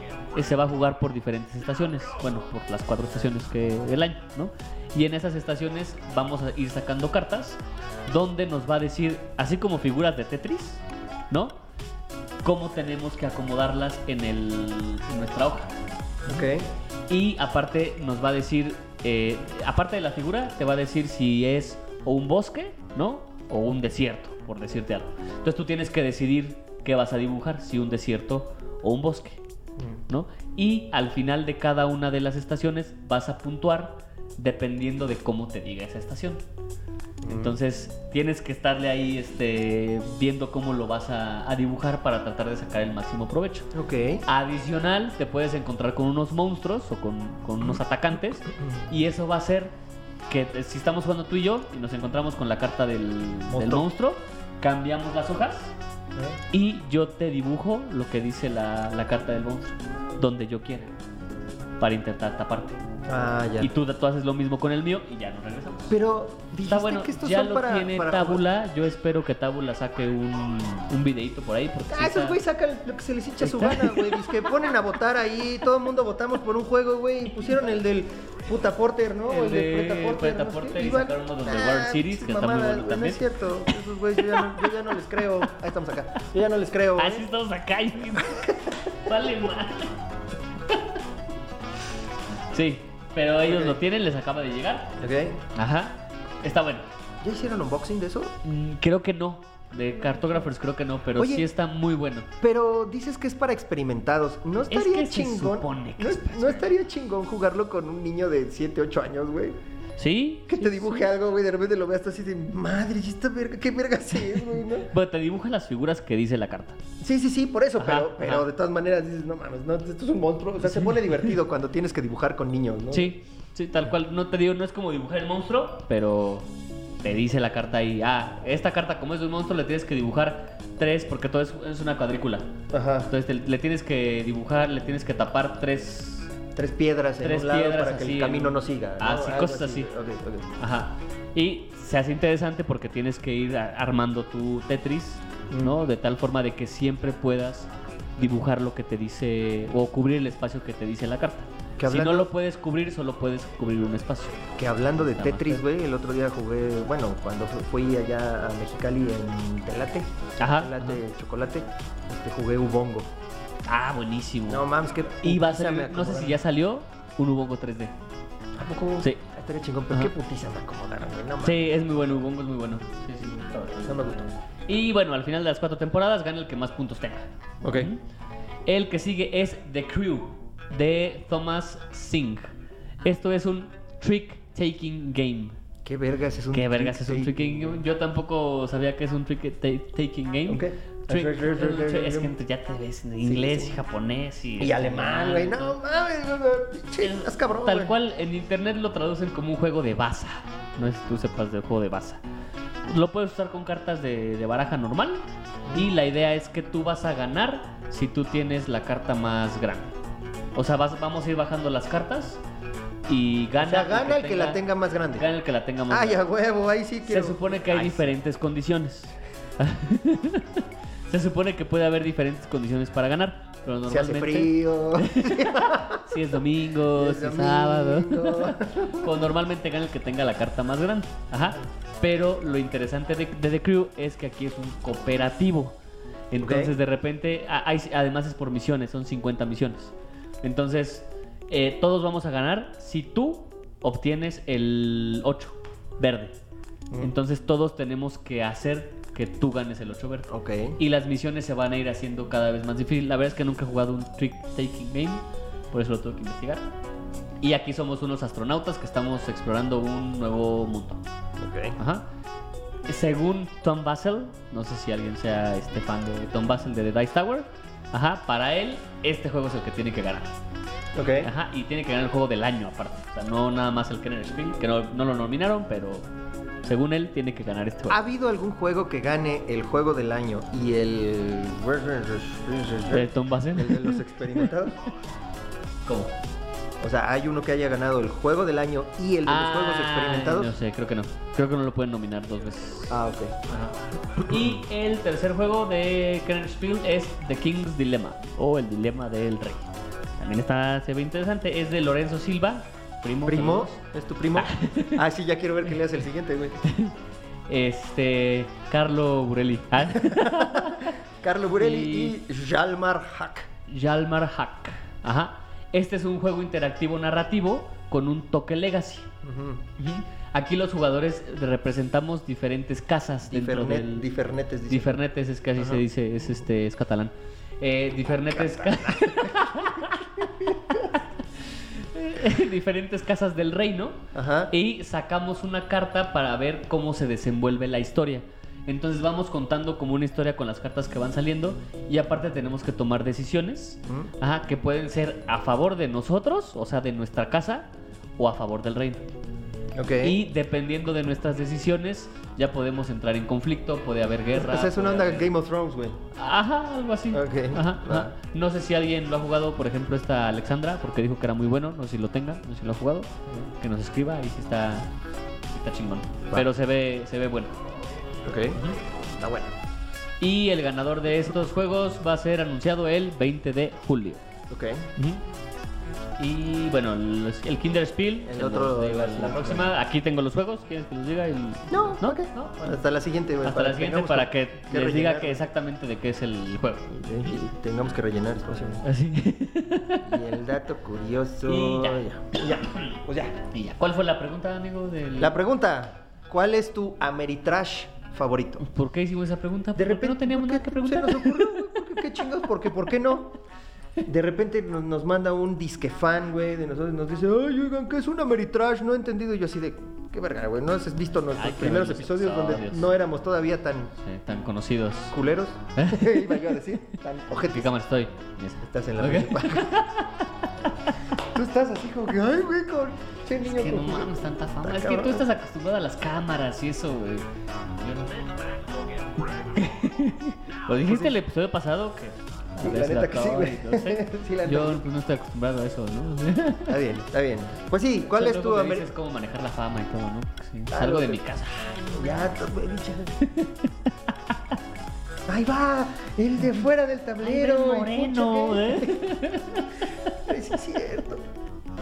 Speaker 2: se va a jugar por diferentes estaciones, bueno, por las cuatro estaciones que del año, ¿no? Y en esas estaciones vamos a ir sacando cartas, donde nos va a decir, así como figuras de Tetris, ¿no? Cómo tenemos que acomodarlas en, el, en nuestra hoja.
Speaker 1: Ok.
Speaker 2: Y aparte nos va a decir, eh, aparte de la figura, te va a decir si es o un bosque, ¿no? O un desierto, por decirte algo. Entonces tú tienes que decidir qué vas a dibujar, si un desierto o un bosque,
Speaker 1: Mm.
Speaker 2: ¿no? Y al final de cada una de las estaciones vas a puntuar dependiendo de cómo te diga esa estación. Entonces tienes que estarle ahí este, viendo cómo lo vas a- a dibujar para tratar de sacar el máximo provecho.
Speaker 1: Mm. Ok.
Speaker 2: Adicional, te puedes encontrar con unos monstruos o con, con unos atacantes. Y eso va a ser que eh, si estamos jugando tú y yo y nos encontramos con la carta del del
Speaker 1: Monstruo.
Speaker 2: monstruo, cambiamos las hojas y yo te dibujo lo que dice la, la carta del monstruo, donde yo quiera, para intentar taparte.
Speaker 1: Ah, ya.
Speaker 2: Y tú, tú haces lo mismo con el mío y ya nos regresamos.
Speaker 1: Pero dijiste
Speaker 2: Está bueno,
Speaker 1: que estos
Speaker 2: ya
Speaker 1: son
Speaker 2: lo
Speaker 1: para,
Speaker 2: tiene
Speaker 1: para
Speaker 2: Tábula. Yo espero que Tábula saque un, un videito por ahí. Porque sí
Speaker 1: Ah, esos
Speaker 2: está-
Speaker 1: güey sacan lo que se les hincha su
Speaker 2: Está-
Speaker 1: gana, güey. Dice que ponen a votar ahí, todo el mundo votamos por un juego, güey. Y pusieron el del puta porter, ¿no?
Speaker 2: El de Preta
Speaker 1: no sé,
Speaker 2: Porter y
Speaker 1: iban-
Speaker 2: sacaron uno de
Speaker 1: Ah,
Speaker 2: World Series, que está muy
Speaker 1: mamadas,
Speaker 2: bueno
Speaker 1: güey, No
Speaker 2: también.
Speaker 1: es cierto, esos güeyes yo, ya no- yo ya no les creo. Ahí estamos acá. Yo ya no les creo. güey.
Speaker 2: Así estamos acá. y- vale mal. sí, pero ellos
Speaker 1: Ok.
Speaker 2: lo tienen, les acaba de llegar.
Speaker 1: Ok.
Speaker 2: Ajá. Está bueno.
Speaker 1: ¿Ya hicieron unboxing de eso?
Speaker 2: Mm, Creo que no. De Cartographers creo que no, pero
Speaker 1: Oye.
Speaker 2: sí está muy bueno.
Speaker 1: Pero dices que es para experimentados. ¿No
Speaker 2: que
Speaker 1: estaría
Speaker 2: se
Speaker 1: chingón?
Speaker 2: supone que
Speaker 1: ¿no,
Speaker 2: es para
Speaker 1: no estaría chingón jugarlo con un niño de 7, 8 años, güey?
Speaker 2: ¿Sí?
Speaker 1: Que
Speaker 2: sí,
Speaker 1: te dibuje
Speaker 2: sí.
Speaker 1: algo, güey, de repente lo veas tú así de madre, ¿y esta verga? ¿Qué verga sí es, güey? no?"
Speaker 2: Bueno, te dibuja las figuras que dice la carta.
Speaker 1: Sí, sí, sí, por eso,
Speaker 2: Ajá,
Speaker 1: pero, pero
Speaker 2: ajá.
Speaker 1: de todas maneras dices, no mames, no, esto es un monstruo. O sea, se pone divertido cuando tienes que dibujar con niños, ¿no?
Speaker 2: Sí, sí, tal cual. No te digo, no es como dibujar el monstruo, pero te dice la carta ahí. Ah, esta carta, como es de un monstruo, le tienes que dibujar tres, porque todo es, es una cuadrícula.
Speaker 1: Ajá.
Speaker 2: Entonces te- le tienes que dibujar, le tienes que tapar tres.
Speaker 1: Tres piedras en
Speaker 2: Tres
Speaker 1: un lado
Speaker 2: piedras
Speaker 1: para que
Speaker 2: así,
Speaker 1: el camino
Speaker 2: en-
Speaker 1: no siga.
Speaker 2: Ah,
Speaker 1: ¿no?
Speaker 2: sí,
Speaker 1: Algo
Speaker 2: cosas así.
Speaker 1: Ok, ok.
Speaker 2: Ajá. Y se hace interesante porque tienes que ir a- armando tu Tetris,
Speaker 1: Mm.
Speaker 2: ¿no? De tal forma de que siempre puedas dibujar lo que te dice o cubrir el espacio que te dice la carta.
Speaker 1: Que
Speaker 2: Si no
Speaker 1: hablando-
Speaker 2: lo puedes cubrir, solo puedes cubrir un espacio.
Speaker 1: Que hablando de
Speaker 2: Nada más.
Speaker 1: Tetris, güey, el otro día jugué, bueno, cuando fu- fui allá a Mexicali en Telate,
Speaker 2: Ajá,
Speaker 1: Telate
Speaker 2: ajá.
Speaker 1: Chocolate, este, jugué Ubongo.
Speaker 2: Ah, buenísimo.
Speaker 1: No mames, que
Speaker 2: Y va a
Speaker 1: putiza me
Speaker 2: salir, no sé si
Speaker 1: acomodaron.
Speaker 2: ya salió, un Ubongo 3D.
Speaker 1: ¿A poco?
Speaker 2: Sí.
Speaker 1: Ah, Estaría chingón, pero
Speaker 2: Ajá.
Speaker 1: qué putiza me acomodaron, güey, no mames.
Speaker 2: Sí, es muy bueno, Ubongo es muy bueno. Sí, sí,
Speaker 1: No me gustó.
Speaker 2: Y bueno, al final de las cuatro temporadas gana el que más puntos tenga.
Speaker 1: Ok.
Speaker 2: Ujú. El que sigue es The Crew de Thomas Singh. Esto es un trick taking game.
Speaker 1: ¿Qué vergas es un
Speaker 2: ¿Qué vergas es un
Speaker 1: trick
Speaker 2: trick taking game? Yo tampoco sabía que es un trick ta- taking game.
Speaker 1: Ok.
Speaker 2: Trick- es que ya te ves en inglés
Speaker 1: sí.
Speaker 2: y japonés y,
Speaker 1: Y alemán, güey. No mames, no, no, pinche, estás cabrón.
Speaker 2: Tal
Speaker 1: güey.
Speaker 2: cual en internet lo traducen como un juego de baza. No es tú sepas del juego de baza. Lo puedes usar con cartas de, de baraja normal. Y la idea es que tú vas a ganar si tú tienes la carta más grande. O sea, vas- vamos a ir bajando las cartas. y gana.
Speaker 1: O sea, gana el que la
Speaker 2: tenga-
Speaker 1: tenga más grande.
Speaker 2: Gana el que la tenga más
Speaker 1: Ay, a
Speaker 2: grande.
Speaker 1: huevo, ahí sí
Speaker 2: Se
Speaker 1: quiero.
Speaker 2: supone que hay
Speaker 1: Ay, sí.
Speaker 2: diferentes condiciones. Se supone que puede haber diferentes condiciones para ganar. Pero
Speaker 1: Se hace
Speaker 2: normalmente.
Speaker 1: frío.
Speaker 2: Si es domingo,
Speaker 1: Es
Speaker 2: si es sábado.
Speaker 1: domingo.
Speaker 2: Pues normalmente gana el que tenga la carta más grande. Ajá. Pero lo interesante de, de The Crew es que aquí es un cooperativo. Entonces,
Speaker 1: Ok.
Speaker 2: de repente, a- hay- además es por misiones, son 50 misiones. Entonces, eh, todos vamos a ganar si tú obtienes el 8 verde.
Speaker 1: Mm.
Speaker 2: Entonces, todos tenemos que hacer que tú ganes el 8 verde.
Speaker 1: ok.
Speaker 2: Y las misiones se van a ir haciendo cada vez más difícil. La verdad es que nunca he jugado un trick taking game, por eso lo tengo que investigar. Y aquí somos unos astronautas que estamos explorando un nuevo mundo.
Speaker 1: Ok.
Speaker 2: Ajá. Según Tom Basel, no sé si alguien sea este fan de Tom Basel de The Dice Tower. Ajá, para él este juego es el que tiene que ganar.
Speaker 1: Ok.
Speaker 2: Ajá, y tiene que ganar el juego del año aparte. O sea, no nada más el Kenner Spiel, que no, no lo nominaron, pero según él tiene que ganar este
Speaker 1: ¿Ha
Speaker 2: juego.
Speaker 1: habido algún juego que gane el juego del año y el.
Speaker 2: ¿De Eh, Tom Basel?
Speaker 1: El de los experimentados?
Speaker 2: ¿Cómo?
Speaker 1: O sea, hay uno que haya ganado el juego del año y el de los juegos
Speaker 2: Ay,
Speaker 1: experimentados.
Speaker 2: Ah, No sé, creo que no. Creo que no lo pueden nominar dos veces.
Speaker 1: Ah, ok.
Speaker 2: Y el tercer juego de Kenneth Spiel es The King's Dilemma o El Dilema del Rey. También está, se ve interesante. Es de Lorenzo Silva, primo.
Speaker 1: ¿Primo?
Speaker 2: saludos.
Speaker 1: ¿Es tu primo? Ah, sí, ya quiero ver que leas el siguiente, güey.
Speaker 2: Este. Carlo Burelli. Ah,
Speaker 1: Carlo Burelli y Jalmar Hack.
Speaker 2: Jalmar Hack. Ajá. Este es un juego interactivo narrativo con un toque legacy.
Speaker 1: Ujú.
Speaker 2: Ujú. Aquí los jugadores representamos diferentes casas dentro
Speaker 1: Difernet-
Speaker 2: del,
Speaker 1: Difernetes, dice.
Speaker 2: Difernetes es casi
Speaker 1: Ajá.
Speaker 2: se dice, es este, es catalán. Eh, diferentes ca- diferentes casas del reino
Speaker 1: Ajá.
Speaker 2: y sacamos una carta para ver cómo se desenvuelve la historia. Entonces vamos contando como una historia con las cartas que van saliendo y aparte tenemos que tomar decisiones
Speaker 1: Ujú.
Speaker 2: ajá, que pueden ser a favor de nosotros, o sea, de nuestra casa o a favor del reino.
Speaker 1: Ok.
Speaker 2: Y dependiendo de nuestras decisiones, ya podemos entrar en conflicto, puede haber guerra.
Speaker 1: o sea, es una
Speaker 2: puede
Speaker 1: onda
Speaker 2: haber-
Speaker 1: Game of Thrones, güey.
Speaker 2: Ajá, algo así.
Speaker 1: Ok,
Speaker 2: Ajá,
Speaker 1: va.
Speaker 2: ajá. No sé si alguien lo ha jugado, por ejemplo, esta Alexandra, porque dijo que era muy bueno. No sé si lo tenga, no sé si lo ha jugado. Que nos escriba y si está, si está chingón.
Speaker 1: Va.
Speaker 2: Pero se ve, se ve bueno.
Speaker 1: Ok. Está bueno.
Speaker 2: Y el ganador de estos juegos va a ser anunciado el 20 de julio.
Speaker 1: Ok.
Speaker 2: Ujú. Y bueno, el, el Kinder Spiel,
Speaker 1: El
Speaker 2: se
Speaker 1: otro-
Speaker 2: los digo en la próxima. Aquí tengo los juegos, ¿quieres que los diga? Y-
Speaker 1: No,
Speaker 2: ¿No?
Speaker 1: ok.
Speaker 2: ¿No? Bueno,
Speaker 1: Hasta la siguiente, güey.
Speaker 2: hasta la siguiente
Speaker 1: tengamos
Speaker 2: para que, les diga
Speaker 1: rellenar.
Speaker 2: que exactamente de qué es el juego.
Speaker 1: Ok, y Tengamos que rellenar espacio. güey.
Speaker 2: Así.
Speaker 1: Y el dato curioso.
Speaker 2: Y ya.
Speaker 1: ya. ya. Pues ya.
Speaker 2: Y ya. ¿Cuál fue la pregunta, amigo? Del...
Speaker 1: La pregunta: ¿Cuál es tu Ameritrash favorito?
Speaker 2: ¿Por qué hicimos esa pregunta? ¿Por qué no teníamos
Speaker 1: ¿por
Speaker 2: nada
Speaker 1: qué
Speaker 2: que preguntar?
Speaker 1: Se nos ocurrió, güey, ¿por qué, qué chingados? Porque, ¿por qué no? De repente nos, nos manda un disque fan, güey, de nosotros y nos dice, ay, oigan, ¿qué es un Ameritrash? No he entendido. Y Yo así de, qué verga, güey, ¿no has visto nuestros
Speaker 2: Hay que ver
Speaker 1: primeros
Speaker 2: los
Speaker 1: episodios, donde
Speaker 2: episodios.
Speaker 1: no éramos todavía tan
Speaker 2: Sí, tan conocidos.
Speaker 1: culeros? Iba yo a decir, tan
Speaker 2: ¿Qué
Speaker 1: ojetes.
Speaker 2: cámara estoy? En esa.
Speaker 1: Estás en la
Speaker 2: Ok.
Speaker 1: principal. Tú estás así como que, ay, güey, con che niño
Speaker 2: Es que no
Speaker 1: con-
Speaker 2: mames, tanta fama.
Speaker 1: Está
Speaker 2: Es que tú
Speaker 1: cabrón.
Speaker 2: estás acostumbrado a las cámaras y eso, güey. Yo no- Lo dijiste el episodio pasado que.
Speaker 1: Pues Sí, la
Speaker 2: ves
Speaker 1: neta que sí,
Speaker 2: cámara y
Speaker 1: güey.
Speaker 2: no sé.
Speaker 1: Sí, la
Speaker 2: Yo
Speaker 1: neta.
Speaker 2: pues, no estoy acostumbrado a eso, ¿no?
Speaker 1: Está bien, está bien. Pues sí, ¿cuál es tu Ah,
Speaker 2: Es
Speaker 1: Ameritrash?
Speaker 2: cómo manejar la fama y todo, ¿no? Sí.
Speaker 1: Claro,
Speaker 2: Salgo de
Speaker 1: sí.
Speaker 2: mi casa.
Speaker 1: Ya, to- güey, pinche. Ahí va, el de fuera del tablero.
Speaker 2: moreno,
Speaker 1: escúchate.
Speaker 2: ¿eh?
Speaker 1: Ay, sí, es cierto.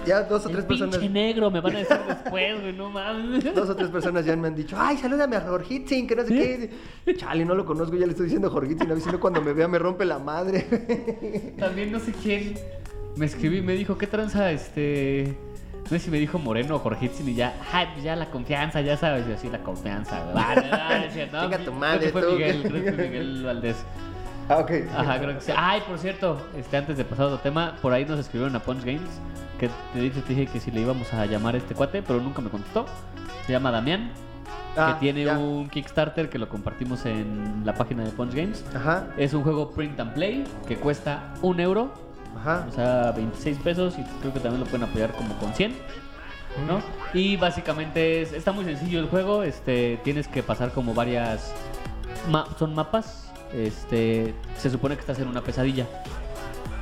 Speaker 1: Ya dos o
Speaker 2: El
Speaker 1: tres
Speaker 2: pinche
Speaker 1: personas.
Speaker 2: negro me van a decir después, güey, no mames.
Speaker 1: Dos o tres personas ya me han dicho, ay, salúdame a Jorgitzin, que no sé qué. Chale, no lo conozco, ya le estoy diciendo Jorgitzin, a ver si no cuando me vea me rompe la madre.
Speaker 2: También no sé quién me escribió y me dijo, ¿qué tranza este...? No sé si me dijo Moreno o Jorgitsin y ya, ay, pues ya la confianza, ya sabes, y así la confianza, güey. Vale, vale, decía, no,
Speaker 1: Chinga tu
Speaker 2: creo que
Speaker 1: madre,
Speaker 2: fue
Speaker 1: tú.
Speaker 2: Miguel, creo que fue Miguel Valdés.
Speaker 1: ah, ok.
Speaker 2: Ajá, creo que sí. Ay, por cierto, este, antes de pasar a otro tema, por ahí nos escribieron a Punch Games, que te dije, te dije que si le íbamos a llamar a este cuate, pero nunca me contestó. Se llama Damián,
Speaker 1: Ah,
Speaker 2: que tiene
Speaker 1: ya.
Speaker 2: un Kickstarter que lo compartimos en la página de Punch Games.
Speaker 1: Ajá,
Speaker 2: Es un juego print and play que cuesta un euro,
Speaker 1: ajá.
Speaker 2: o sea, 26 pesos y creo que también lo pueden apoyar como con 100, ¿no? Y básicamente es- está muy sencillo el juego, este, tienes que pasar como varias... ma- son mapas, este, se supone que estás en una pesadilla.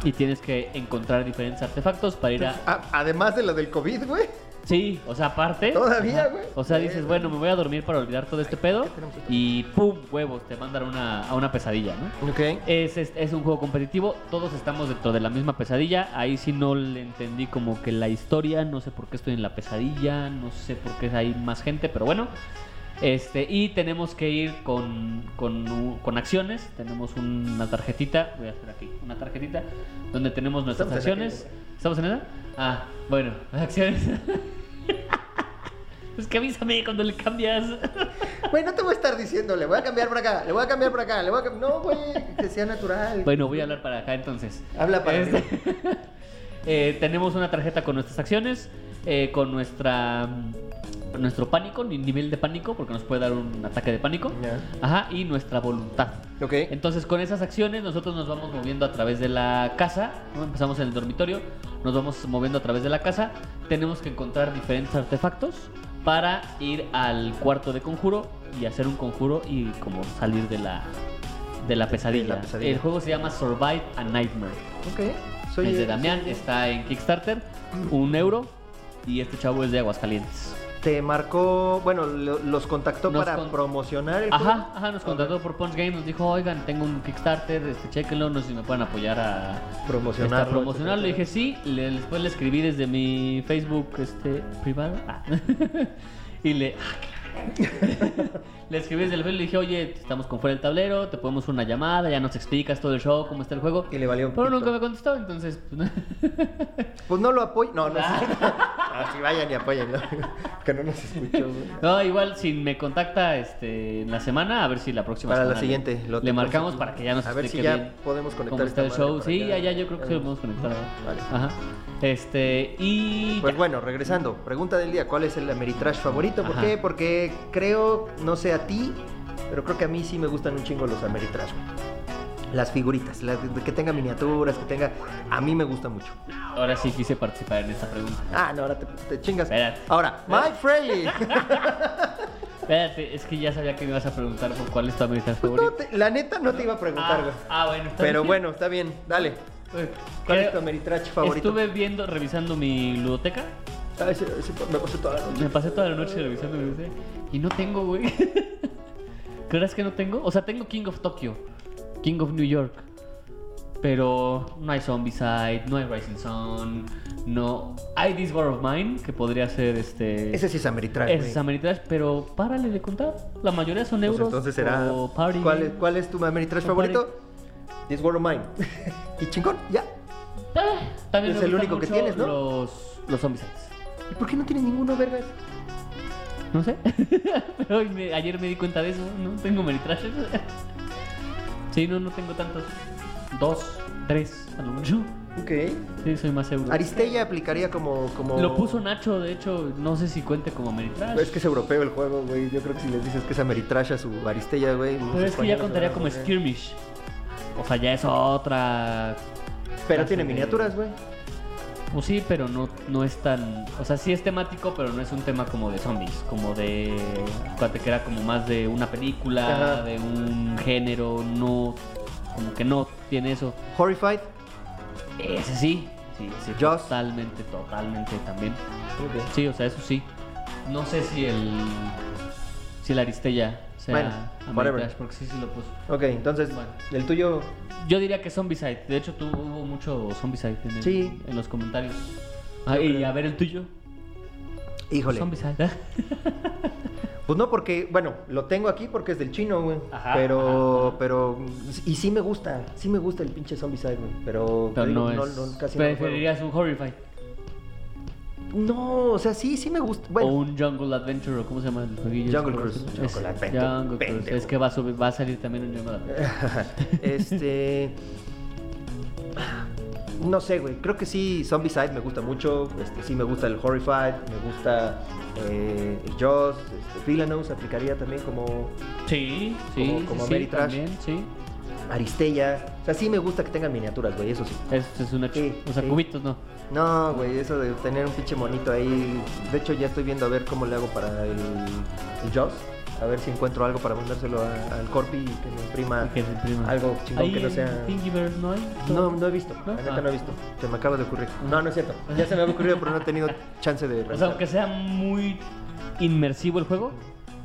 Speaker 2: Y tienes que encontrar diferentes artefactos para ir a.
Speaker 1: A- además de la del COVID, güey.
Speaker 2: Sí, o sea, aparte.
Speaker 1: Todavía,
Speaker 2: ¿Eh? Ajá.
Speaker 1: güey.
Speaker 2: O sea,
Speaker 1: Sí,
Speaker 2: dices,
Speaker 1: güey.
Speaker 2: bueno, me voy a dormir para olvidar todo este pedo.
Speaker 1: tenemos esto.
Speaker 2: Y pum, huevos, te mandan a una, a una pesadilla, ¿no?
Speaker 1: Ok.
Speaker 2: Es, es, es un juego competitivo, todos estamos dentro de la misma pesadilla. Ahí sí no le entendí como que la historia, no sé por qué estoy en la pesadilla, no sé por qué hay más gente, pero bueno. Este, y tenemos que ir con, con, u- con acciones. Tenemos una tarjetita, voy a hacer aquí, una tarjetita donde tenemos nuestras
Speaker 1: Estamos en
Speaker 2: acciones. ¿Estamos en esa? Ah, bueno, acciones. es que avísame cuando le cambias.
Speaker 1: Güey, no te voy a estar diciendo, le voy a cambiar para acá, le voy a cambiar para acá, le voy a cambiar. No, güey, que sea natural.
Speaker 2: bueno, voy a hablar para acá entonces.
Speaker 1: Habla para
Speaker 2: Este,
Speaker 1: mí.
Speaker 2: eh, tenemos una tarjeta con nuestras acciones, eh, con nuestra mm, con nuestro pánico, ni- nivel de pánico, porque nos puede dar un ataque de pánico.
Speaker 1: Ya.
Speaker 2: Ajá, y nuestra voluntad.
Speaker 1: Ok.
Speaker 2: Entonces, con esas acciones, nosotros nos vamos moviendo a través de la casa. ¿no? Empezamos en el dormitorio, nos vamos moviendo a través de la casa. Tenemos que encontrar diferentes artefactos para ir al cuarto de conjuro y hacer un conjuro y como salir de la, de la pesadilla.
Speaker 1: pesadilla.
Speaker 2: El juego se llama Survive a Nightmare.
Speaker 1: Ok. Soy
Speaker 2: es de
Speaker 1: eh,
Speaker 2: Este Damián, está en Kickstarter, un euro. Y este chavo es de Aguascalientes.
Speaker 1: Te marcó, bueno, lo- los contactó
Speaker 2: Nos
Speaker 1: para
Speaker 2: con-
Speaker 1: promocionar el
Speaker 2: Ajá,
Speaker 1: juego.
Speaker 2: ajá, nos contrató por Punch Game, nos dijo, oigan, tengo un Kickstarter, este, chequenlo, no sé si me pueden apoyar a
Speaker 1: Promocionarlo,
Speaker 2: Está promocionarlo. Le
Speaker 1: etcétera,
Speaker 2: dije sí, le, después le escribí desde mi Facebook este, privado. Ah. y le... "Ah, le escribí desde el Facebook, le dije, oye, estamos con fuera del tablero, te podemos una llamada, ya nos explicas todo el show, cómo está el juego.
Speaker 1: Y le valió un
Speaker 2: Pero
Speaker 1: pito.
Speaker 2: nunca me contestó, entonces... pues,
Speaker 1: Pues no lo apoyo. No, no.
Speaker 2: Ah.
Speaker 1: sí. Así vayan y apóyenlo. que no nos escuchó, güey.
Speaker 2: No, igual si me contacta este, en la semana, a ver si la próxima
Speaker 1: Para la
Speaker 2: semana le-
Speaker 1: siguiente, lo
Speaker 2: le
Speaker 1: te-
Speaker 2: marcamos para que ya nos
Speaker 1: A ver si
Speaker 2: explique
Speaker 1: ya
Speaker 2: bien
Speaker 1: podemos
Speaker 2: cómo
Speaker 1: conectar
Speaker 2: está el
Speaker 1: esta madre
Speaker 2: show.
Speaker 1: para
Speaker 2: Sí,
Speaker 1: acá.
Speaker 2: ya, ya, yo creo que sí lo
Speaker 1: Vale.
Speaker 2: podemos conectar.
Speaker 1: Vale.
Speaker 2: Ajá. Este, y...
Speaker 1: Pues
Speaker 2: ya.
Speaker 1: bueno, regresando, pregunta del día, ¿cuál es el Ameritrash favorito? ¿Por
Speaker 2: Ajá.
Speaker 1: qué? Porque creo, no sé a ti, pero creo que a mí sí me gustan un chingo los Ameritrash. güey. Las figuritas, las de- que tenga miniaturas, que tenga... A mí me gusta mucho.
Speaker 2: Ahora sí quise participar en esta pregunta.
Speaker 1: Ah, no, ahora te, te chingas.
Speaker 2: Espérate.
Speaker 1: Ahora, Mike Fraley.
Speaker 2: Espérate, es que ya sabía que me ibas a preguntar por cuál es tu americano
Speaker 1: Pues
Speaker 2: favorito.
Speaker 1: no te- la neta no te iba a preguntar, güey.
Speaker 2: Ah, ah, bueno. está
Speaker 1: pero
Speaker 2: bien.
Speaker 1: bueno, está bien, dale.
Speaker 2: Pues,
Speaker 1: ¿Cuál es
Speaker 2: creo-
Speaker 1: tu Ameritrash favorito?
Speaker 2: Estuve viendo, revisando mi ludoteca.
Speaker 1: Ay, sí, sí, me pasé toda la noche.
Speaker 2: Me pasé toda la noche revisando mi ludoteca. Y no tengo, güey. ¿Crees que no tengo? O sea, tengo King of Tokyo, King of New York. Pero no hay Zombicide, no hay Rising Sun, no. Hay This War of Mine, que podría ser este.
Speaker 1: Ese sí es Ameritrash,
Speaker 2: Es
Speaker 1: güey.
Speaker 2: Ameritrash, pero párale de contar. La mayoría son
Speaker 1: Pues
Speaker 2: euros.
Speaker 1: entonces será.
Speaker 2: o party.
Speaker 1: ¿cuál, es, ¿Cuál es tu Ameritrash
Speaker 2: O
Speaker 1: favorito? This World of Mine. y chingón, ya.
Speaker 2: Ah, También
Speaker 1: Es
Speaker 2: me
Speaker 1: el
Speaker 2: gustan
Speaker 1: único que
Speaker 2: mucho
Speaker 1: tienes, ¿no?
Speaker 2: Los, los zombicides.
Speaker 1: ¿Y por qué no tienes ninguno, vergas?
Speaker 2: No sé. pero hoy me- ayer me di cuenta de eso. No tengo meritrashes. sí, no, no tengo tantos. Dos, tres, a lo mucho.
Speaker 1: Ok.
Speaker 2: Sí, soy más seguro.
Speaker 1: Aristella aplicaría como. como...
Speaker 2: Lo puso Nacho, de hecho, no sé si cuente como meritrash.
Speaker 1: Es que es europeo el juego, güey. Yo creo que si les dices que es Ameritrash a su Aristella, güey. los
Speaker 2: Pero es que ya
Speaker 1: españoles
Speaker 2: contaría
Speaker 1: van a
Speaker 2: como
Speaker 1: poner.
Speaker 2: skirmish. O sea, ya es otra
Speaker 1: Pero tiene
Speaker 2: clase de-
Speaker 1: miniaturas, güey.
Speaker 2: Pues sí, pero no, no es tan. O sea, sí es temático, pero no es un tema como de zombies, como de. Acuérdate que era como más de una película,
Speaker 1: Ajá.
Speaker 2: de un género, no. Como que no tiene eso.
Speaker 1: Horrified.
Speaker 2: Ese sí, sí, sí.
Speaker 1: Jaws.
Speaker 2: Totalmente, totalmente también.
Speaker 1: Ok.
Speaker 2: Sí, o sea, eso sí. No sé si el. Si la Aristella sea.
Speaker 1: Bueno,
Speaker 2: Ameritrash,
Speaker 1: whatever.
Speaker 2: porque sí, sí lo puso.
Speaker 1: Ok, entonces,
Speaker 2: Bueno.
Speaker 1: el tuyo.
Speaker 2: Yo diría que Zombicide. De hecho, tú, hubo mucho Zombicide en, el-
Speaker 1: Sí.
Speaker 2: en los comentarios. Ah, y
Speaker 1: creo.
Speaker 2: a ver el tuyo.
Speaker 1: Híjole.
Speaker 2: Zombicide.
Speaker 1: Pues no, porque, bueno, lo tengo aquí porque es del chino, güey.
Speaker 2: Ajá,
Speaker 1: pero,
Speaker 2: ajá, ajá.
Speaker 1: pero. Y sí me gusta, sí me gusta el pinche Zombicide, güey. Pero,
Speaker 2: Pero
Speaker 1: te digo,
Speaker 2: no es.
Speaker 1: casi no lo juego.
Speaker 2: preferirías un Horrify
Speaker 1: No, o sea, sí, sí me gusta.
Speaker 2: o
Speaker 1: Bueno,
Speaker 2: un Jungle Adventure o cómo se llama el jueguillo.
Speaker 1: Jungle Cruise.
Speaker 2: Es-
Speaker 1: Jungle Adventure.
Speaker 2: Jungle Cruise.
Speaker 1: Pendejo.
Speaker 2: Es que va a, subir- va a salir también un Jungle Adventure.
Speaker 1: este. No sé, güey. Creo que sí, Zombicide me gusta mucho. Este, sí me gusta el Horrified, me gusta eh, el Jaws. Este, Villainous aplicaría también como
Speaker 2: Sí, sí,
Speaker 1: Como- como
Speaker 2: sí, sí,
Speaker 1: Ameritrash.
Speaker 2: también, sí.
Speaker 1: Aristella. O sea, sí me gusta que tengan miniaturas, güey, eso sí.
Speaker 2: Eso es una
Speaker 1: Sí,
Speaker 2: O sea,
Speaker 1: sí.
Speaker 2: cubitos no.
Speaker 1: No, güey, eso de tener un pinche monito ahí. De hecho, ya estoy viendo a ver cómo le hago para el, el Jaws. A ver si encuentro algo para mandárselo a- al Corpi y que me imprima
Speaker 2: Que se imprima.
Speaker 1: algo chingón
Speaker 2: Ahí
Speaker 1: que no
Speaker 2: en
Speaker 1: sea.
Speaker 2: Thingiverse no hay.
Speaker 1: No, no he visto.
Speaker 2: ¿No?
Speaker 1: La neta
Speaker 2: Ah.
Speaker 1: no he visto. Se me acaba de ocurrir. No, no es cierto. Ya se me había ocurrido, pero no he tenido chance de.
Speaker 2: O sea,
Speaker 1: revisar.
Speaker 2: aunque sea muy inmersivo el juego,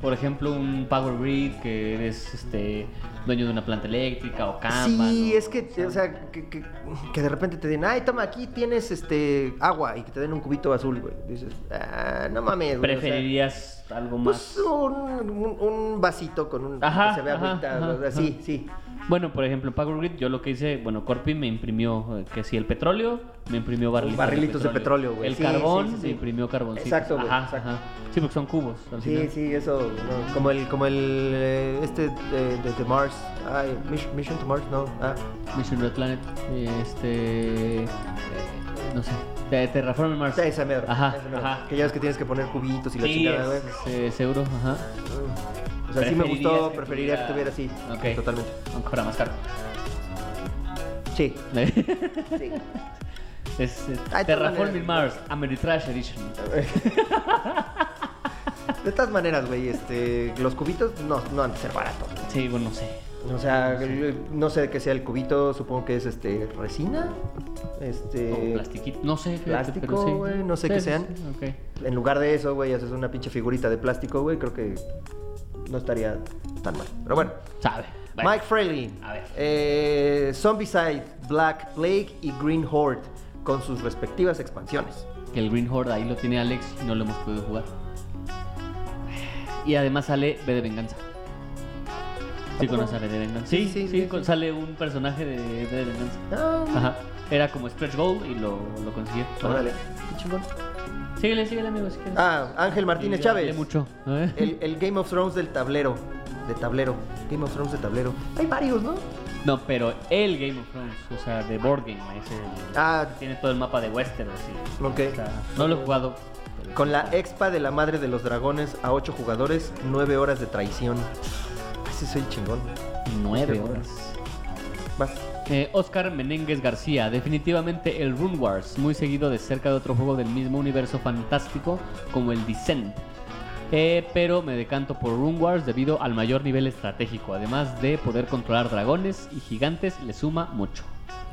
Speaker 2: por ejemplo, un Power Grid que eres este dueño de una planta eléctrica o Kanban.
Speaker 1: Sí,
Speaker 2: o-
Speaker 1: es que, o sea, que, que- que de repente te den, ay, toma, aquí tienes este agua y que te den un cubito azul, güey. Dices, ah, no mames, güey. o sea,
Speaker 2: preferirías algo más.
Speaker 1: pues un, un- un vasito con un.
Speaker 2: Ajá,
Speaker 1: que se vea
Speaker 2: ajá,
Speaker 1: agüita,
Speaker 2: ajá,
Speaker 1: o sea,
Speaker 2: ajá.
Speaker 1: sí, sí.
Speaker 2: Bueno, por ejemplo, Power Grid, yo lo que hice, bueno, Corpi me imprimió eh, que si el petróleo, me imprimió barrilitos,
Speaker 1: Barrilitos de petróleo, güey.
Speaker 2: El
Speaker 1: Sí,
Speaker 2: carbón,
Speaker 1: sí, sí, sí.
Speaker 2: me imprimió carboncito.
Speaker 1: Exacto, güey,
Speaker 2: Ajá,
Speaker 1: exacto.
Speaker 2: ajá. Sí, porque son cubos. al
Speaker 1: Sí,
Speaker 2: final.
Speaker 1: sí, eso. no, como el, como el eh, este de, de- de Mars. Ay, Mission, Mission to Mars, no. Ah,
Speaker 2: Mission Red Planet, eh, este, eh, no sé, Te- Terraform Mars.
Speaker 1: esa esa mierda.
Speaker 2: Ajá,
Speaker 1: esa mierda.
Speaker 2: ajá.
Speaker 1: Que ya ves que tienes que poner cubitos y la
Speaker 2: Sí,
Speaker 1: chingada, güey.
Speaker 2: es, eh, seguro, ajá.
Speaker 1: Mm. O sea, sí me
Speaker 2: Preferirías
Speaker 1: gustó,
Speaker 2: que
Speaker 1: preferiría que
Speaker 2: tuviera-
Speaker 1: tuviera así.
Speaker 2: Ok.
Speaker 1: Totalmente.
Speaker 2: Aunque fuera más caro.
Speaker 1: Sí.
Speaker 2: es
Speaker 1: sí.
Speaker 2: eh,
Speaker 1: Ay, de todas
Speaker 2: Terraforming
Speaker 1: maneras.
Speaker 2: Mars, Ameritrash Edition.
Speaker 1: De todas maneras, güey, este, los cubitos no, no han de ser baratos.
Speaker 2: Sí, bueno, no sé.
Speaker 1: O sea, no sé de qué sea el cubito, supongo que es este resina,
Speaker 2: O
Speaker 1: este
Speaker 2: plastiquito, no sé. fíjate,
Speaker 1: plástico,
Speaker 2: pero sí.
Speaker 1: güey, no sé
Speaker 2: Sí,
Speaker 1: qué
Speaker 2: sí,
Speaker 1: sean.
Speaker 2: sí, ok.
Speaker 1: en lugar de eso, güey, haces una pinche figurita de plástico, güey, creo que no estaría tan mal. Pero bueno,
Speaker 2: Sabe.
Speaker 1: Mike Fraley,
Speaker 2: A ver.
Speaker 1: eh, Zombicide, Black Plague y Green Horde con sus respectivas expansiones.
Speaker 2: Que el Green Horde ahí lo tiene Alex y no lo hemos podido jugar. Y además sale B de Venganza. Sí,
Speaker 1: poco?
Speaker 2: conoces a B de Venganza. Sí, sí,
Speaker 1: Sí, sí, sí,
Speaker 2: con-
Speaker 1: sí.
Speaker 2: sale un personaje de B de Venganza.
Speaker 1: Ah,
Speaker 2: Ajá. Era como Stretch Gold y lo, lo consiguió.
Speaker 1: órale, qué chingón.
Speaker 2: Síguele, síguele, amigo, si quieres.
Speaker 1: Ah, Ángel Martínez Chávez.
Speaker 2: Hablé mucho. ¿eh?
Speaker 1: El, el Game of Thrones del tablero. De tablero. Game of Thrones de tablero. Hay varios, ¿no?
Speaker 2: No, pero el Game of Thrones, o sea, de board game, es el-
Speaker 1: Ah,
Speaker 2: tiene todo el mapa de Westeros. y-
Speaker 1: ok.
Speaker 2: o sea, no lo he jugado. pero-
Speaker 1: Con la expa de la madre de los dragones a 8 jugadores, 9 horas de traición. Ese soy chingón.
Speaker 2: nueve
Speaker 1: Qué bueno.
Speaker 2: horas.
Speaker 1: Vas.
Speaker 2: Eh, Oscar Menéndez García, definitivamente el Rune Wars, muy seguido de cerca de otro juego del mismo universo fantástico como el Descent. Eh, pero me decanto por Rune Wars debido al mayor nivel estratégico, además de poder controlar dragones y gigantes, le suma mucho.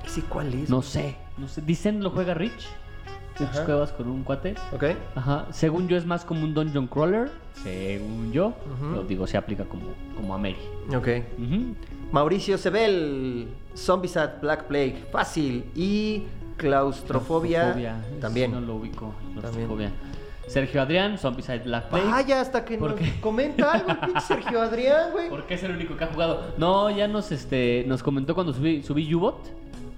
Speaker 1: ¿Ese cuál es?
Speaker 2: No sé, no sé. Descent lo juega Rich, Rich
Speaker 1: Ajá.
Speaker 2: Cuevas con un cuate.
Speaker 1: Ok.
Speaker 2: Ajá, según yo es más como un dungeon crawler, según yo,
Speaker 1: Ujú.
Speaker 2: lo digo, se aplica como, como a Mary.
Speaker 1: Ok.
Speaker 2: Ujú.
Speaker 1: Mauricio Sebel, Zombiesat, Black Plague, fácil. Y claustrofobia.
Speaker 2: ese
Speaker 1: También.
Speaker 2: No lo ubico.
Speaker 1: También.
Speaker 2: Claustrofobia. Sergio Adrián, Zombieside Black Plague.
Speaker 1: Vaya, hasta que
Speaker 2: ¿Por
Speaker 1: nos
Speaker 2: qué?
Speaker 1: comenta algo el pinche Sergio Adrián, güey.
Speaker 2: Porque es el único que ha jugado. No, ya nos este nos comentó cuando subí subí U-Boat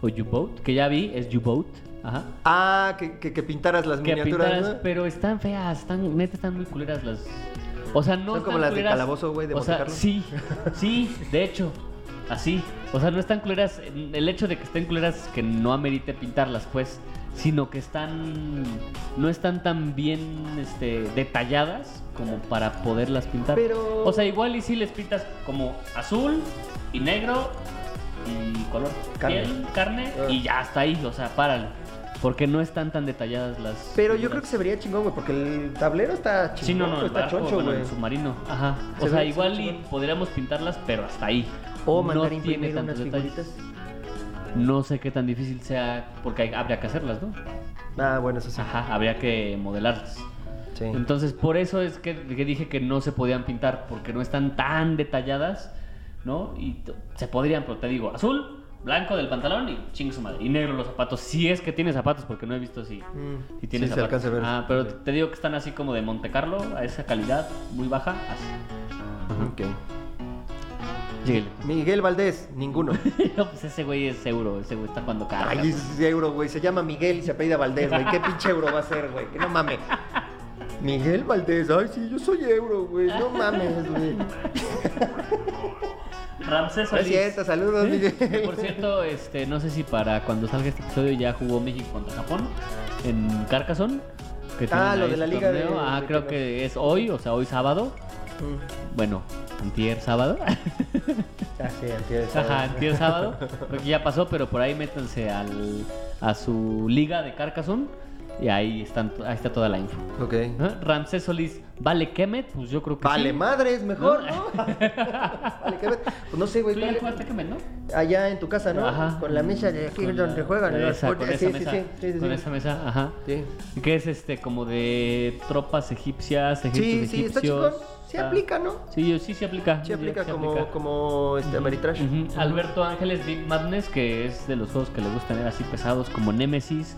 Speaker 2: o U-Boat, que ya vi, es U-Boat. Ajá.
Speaker 1: Ah, que, que- que pintaras las
Speaker 2: Que
Speaker 1: miniaturas.
Speaker 2: pintaras,
Speaker 1: ¿no?
Speaker 2: pero están feas, están neta están muy culeras las O sea, no
Speaker 1: Son como
Speaker 2: están
Speaker 1: las de
Speaker 2: culeras-
Speaker 1: Calabozo, güey, de
Speaker 2: O
Speaker 1: Monte
Speaker 2: sea,
Speaker 1: Carlo.
Speaker 2: sí. Sí, de hecho. Así. O sea, no están culeras el hecho de que estén culeras que no amerite pintarlas, pues, sino que están no están tan bien este detalladas como para poderlas pintar.
Speaker 1: Pero-
Speaker 2: O sea, igual y si les pintas como azul y negro y color
Speaker 1: Carne.
Speaker 2: piel, carne
Speaker 1: Ah.
Speaker 2: y ya está ahí, o sea, páralo. Porque no están tan detalladas las.
Speaker 1: Pero yo
Speaker 2: figuras.
Speaker 1: creo que se vería chingón, güey, porque el tablero está chingón,
Speaker 2: Sí, no, no,
Speaker 1: pero
Speaker 2: el
Speaker 1: está
Speaker 2: barco,
Speaker 1: choncho,
Speaker 2: bueno,
Speaker 1: güey.
Speaker 2: el submarino. Ajá. O
Speaker 1: Se
Speaker 2: sea,
Speaker 1: ve-
Speaker 2: igual
Speaker 1: se ve
Speaker 2: y
Speaker 1: chingón.
Speaker 2: podríamos pintarlas, pero hasta ahí.
Speaker 1: O mandar a
Speaker 2: no tiene
Speaker 1: imprimir
Speaker 2: tantos
Speaker 1: unas
Speaker 2: detalles.
Speaker 1: figuritas.
Speaker 2: No sé qué tan difícil sea, porque hay- habría que hacerlas, ¿no?
Speaker 1: Ah, bueno, eso sí.
Speaker 2: Ajá, habría que modelarlas.
Speaker 1: Sí.
Speaker 2: Entonces, por eso es que, que dije que no se podían pintar, porque no están tan detalladas, ¿no? Y t- se podrían, pero te digo, azul, blanco del pantalón y ching su madre. Y negro los zapatos, si es que tiene zapatos, porque no he visto si,
Speaker 1: Mm,
Speaker 2: si tiene
Speaker 1: sí, se
Speaker 2: zapatos.
Speaker 1: alcanza a ver.
Speaker 2: Ah, pero te digo que están así como de Monte Carlo, a esa calidad muy baja, así.
Speaker 1: Ok.
Speaker 2: Síguele.
Speaker 1: Miguel Valdés, ninguno.
Speaker 2: no, pues ese güey es euro, ese güey está cuando carga.
Speaker 1: Ay, es euro, güey. Se llama Miguel y se apellida Valdés, güey. ¿Qué pinche euro va a ser, güey? Que no mames. Miguel Valdés, ay, sí, yo soy euro, güey. No mames, güey.
Speaker 2: Ramsés
Speaker 1: No es
Speaker 2: Solís.
Speaker 1: cierto, saludos,
Speaker 2: Sí.
Speaker 1: Miguel.
Speaker 2: Que, Por cierto, este, no sé si para cuando salga este episodio ya jugó México contra Japón en Carcassonne. que
Speaker 1: Ah,
Speaker 2: tienen
Speaker 1: lo
Speaker 2: ahí
Speaker 1: de la
Speaker 2: su
Speaker 1: liga de-
Speaker 2: torneo. Ah,
Speaker 1: de
Speaker 2: creo
Speaker 1: que
Speaker 2: que es hoy, o sea, hoy sábado.
Speaker 1: Mm.
Speaker 2: Bueno, antier sábado.
Speaker 1: Ah, sí, antier.
Speaker 2: Ajá, antier sábado. Creo que ya pasó, pero por ahí métanse al, a su liga de Carcassonne. Y ahí, están, ahí está toda la info.
Speaker 1: Ok.
Speaker 2: Ajá, Ramsés Solís, ¿vale Kemet? Pues yo creo que
Speaker 1: Vale
Speaker 2: sí.
Speaker 1: madres, mejor, ¿no? vale, qué ver. Pues no sé, güey.
Speaker 2: ¿Tú ya
Speaker 1: ¿cuál es?
Speaker 2: jugaste Kemet, no?
Speaker 1: Allá en tu casa, ¿no?
Speaker 2: Ajá.
Speaker 1: Con la mesa de aquí
Speaker 2: Con la-
Speaker 1: donde juegan.
Speaker 2: con
Speaker 1: los
Speaker 2: esa, con
Speaker 1: fut-
Speaker 2: esa
Speaker 1: sí, sí,
Speaker 2: mesa.
Speaker 1: sí, sí, sí,
Speaker 2: Con
Speaker 1: sí.
Speaker 2: esa mesa, ajá.
Speaker 1: Sí.
Speaker 2: Que es este como de tropas egipcias,
Speaker 1: Sí,
Speaker 2: ejércitos
Speaker 1: sí, está
Speaker 2: egipcios.
Speaker 1: chingón. Sí
Speaker 2: Está-
Speaker 1: aplica, ¿no?
Speaker 2: Sí, yo- sí, sí aplica.
Speaker 1: Sí
Speaker 2: yo diría
Speaker 1: aplica
Speaker 2: que sí
Speaker 1: como,
Speaker 2: aplica.
Speaker 1: como este, Ameritrash.
Speaker 2: Ujú. Alberto Ángeles Big Madness, que es de los juegos que le gusta tener así pesados, como Nemesis.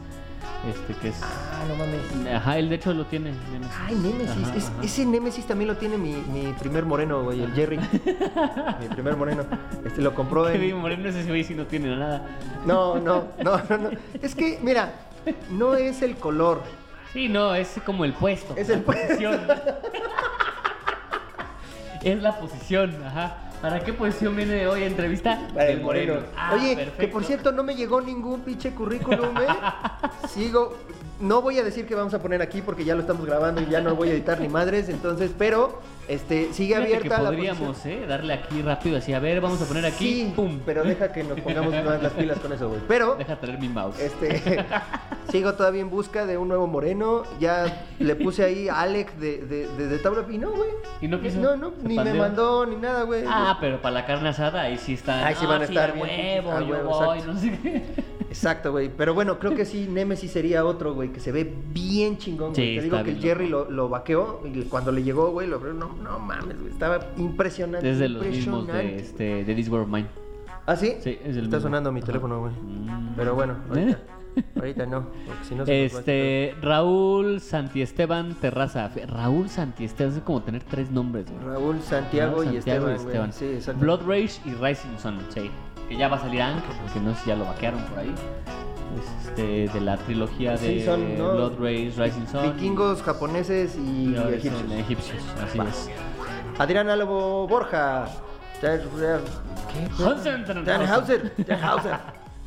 Speaker 2: Este que es.
Speaker 1: Ah, no mames.
Speaker 2: Ajá, él de hecho lo tiene. Nemesis.
Speaker 1: Ay, Némesis.
Speaker 2: Ajá,
Speaker 1: Es-
Speaker 2: ajá.
Speaker 1: ese Némesis también lo tiene mi, mi primer moreno, güey, el Jerry. mi primer moreno. Este lo compró
Speaker 2: Que bien
Speaker 1: en.
Speaker 2: moreno es ese güey si no tiene nada.
Speaker 1: No, no, no, no, no. Es que, mira, no es el color.
Speaker 2: Sí, no, es como el puesto.
Speaker 1: Es el
Speaker 2: la
Speaker 1: puesto.
Speaker 2: posición. es la posición, ajá. ¿Para qué posición viene hoy entrevista? Del Ah,
Speaker 1: Oye, que
Speaker 2: perfecto.
Speaker 1: por cierto, no me llegó ningún pinche currículum, ¿eh? Sigo. No voy a decir que vamos a poner aquí porque ya lo estamos grabando y ya no voy a editar ni madres, entonces, pero este sigue
Speaker 2: Fíjate
Speaker 1: abierta
Speaker 2: que
Speaker 1: la
Speaker 2: podríamos,
Speaker 1: posición.
Speaker 2: ¿eh? Darle aquí rápido, así, a ver, vamos a poner aquí,
Speaker 1: Sí,
Speaker 2: pum.
Speaker 1: pero deja que nos pongamos más las pilas con eso, güey. Pero
Speaker 2: Deja traer mi mouse.
Speaker 1: Este, sigo todavía en busca de un nuevo moreno. Ya le puse ahí Alex de, de, de, de Tabla y no, güey.
Speaker 2: ¿Y no quiso?
Speaker 1: No, no,
Speaker 2: ¿Se
Speaker 1: ni me
Speaker 2: pandeó?
Speaker 1: mandó ni nada, güey.
Speaker 2: Ah, pero para la carne asada ahí sí están.
Speaker 1: Ahí sí van a
Speaker 2: "Ah,
Speaker 1: estar
Speaker 2: a
Speaker 1: bien
Speaker 2: huevo,
Speaker 1: pinches, a
Speaker 2: yo
Speaker 1: huevo,
Speaker 2: voy",
Speaker 1: exacto.
Speaker 2: no sé qué.
Speaker 1: Exacto, güey. Pero bueno, creo que sí, Nemesis sería otro, güey, que se ve bien chingón. güey.
Speaker 2: Sí,
Speaker 1: Te digo
Speaker 2: está
Speaker 1: que el
Speaker 2: bien
Speaker 1: Jerry
Speaker 2: loco.
Speaker 1: lo, lo vaqueó y cuando le llegó, güey, lo abrió. No, no mames, güey. Estaba impresionante.
Speaker 2: Es de los mismos de,
Speaker 1: impresionante.
Speaker 2: este, de This World of Mine.
Speaker 1: ¿Ah, sí?
Speaker 2: Sí, es el
Speaker 1: Está
Speaker 2: mismo.
Speaker 1: sonando mi
Speaker 2: Ajá.
Speaker 1: teléfono, güey.
Speaker 2: Mm.
Speaker 1: Pero bueno, ahorita,
Speaker 2: ¿Eh?
Speaker 1: ahorita no. Porque si no se nos va a
Speaker 2: Este, Raúl Santiesteban Terraza. Fe- Raúl Santiesteban es como tener tres nombres, güey.
Speaker 1: Raúl, Santiago,
Speaker 2: Raúl,
Speaker 1: y
Speaker 2: Santiago
Speaker 1: Esteban, güey.
Speaker 2: y
Speaker 1: Sí, exacto.
Speaker 2: Blood Rage y Rising Sun, sí. Que ya va a salir Ank, porque no sé si ya lo vaquearon por ahí. Es, Este, de la trilogía
Speaker 1: Sí,
Speaker 2: de
Speaker 1: son, ¿no?
Speaker 2: Blood Rage, Rising Sun.
Speaker 1: Vikingos, japoneses y
Speaker 2: y ahora son eh.
Speaker 1: egipcios.
Speaker 2: egipcios, así
Speaker 1: Va.
Speaker 2: es.
Speaker 1: Adrián Álvaro Borja. Ya- ya- ¿Qué?
Speaker 2: Hansen, Tannhauser.
Speaker 1: Tannhauser, Tannhauser.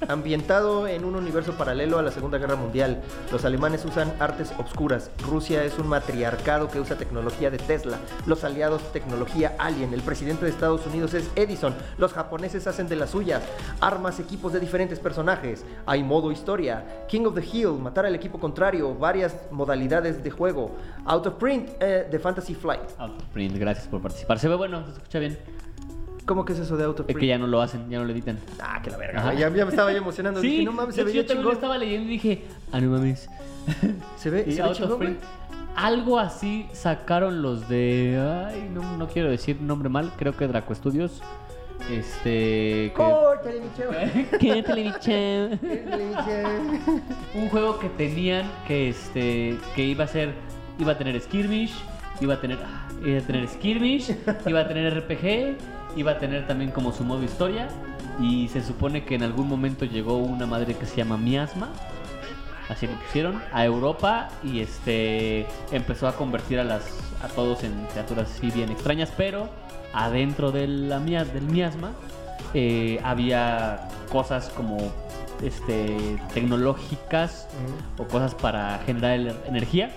Speaker 1: Ambientado en un universo paralelo a la Segunda Guerra Mundial, los alemanes usan artes obscuras. Rusia es un matriarcado que usa tecnología de Tesla. Los aliados tecnología alien. El presidente de Estados Unidos es Edison. Los japoneses hacen de las suyas. Armas, equipos de diferentes personajes. Hay modo historia. King of the Hill, matar al equipo contrario. Varias modalidades de juego. Out of print eh, de Fantasy Flight.
Speaker 2: Outprint, Ah, gracias por participar. Se ve bueno, se escucha bien.
Speaker 1: ¿Cómo que es eso de out of
Speaker 2: Es
Speaker 1: print?
Speaker 2: que ya no lo hacen, ya no lo editan.
Speaker 1: Ah, que la verga.
Speaker 2: Ajá.
Speaker 1: güey. Ya, ya me estaba yo emocionando.
Speaker 2: Sí,
Speaker 1: Dije, no mames, se
Speaker 2: de hecho,
Speaker 1: veía
Speaker 2: yo también lo
Speaker 1: chingón.
Speaker 2: estaba leyendo y dije, ah, no mames.
Speaker 1: Se ve,
Speaker 2: Y
Speaker 1: se ve
Speaker 2: Out of
Speaker 1: chingón, güey.
Speaker 2: Print. Algo así sacaron los de. Ay, no, no quiero decir nombre mal, creo que Draco Studios. Este. Que,
Speaker 1: Córtale, mi chavo. Eh,
Speaker 2: que Televisión.
Speaker 1: Córtale, mi chavo.
Speaker 2: Un juego que tenían que este. que iba a ser. iba a tener Skirmish, iba a tener. ah, iba a tener Skirmish, iba a tener RPG, iba a tener también como su modo historia. Y se supone que en algún momento llegó una madre que se llama Miasma así lo pusieron, a Europa y este empezó a convertir a las a todos en criaturas así bien extrañas, pero adentro de la mia- del miasma eh, había cosas como este tecnológicas o cosas para generar el- energía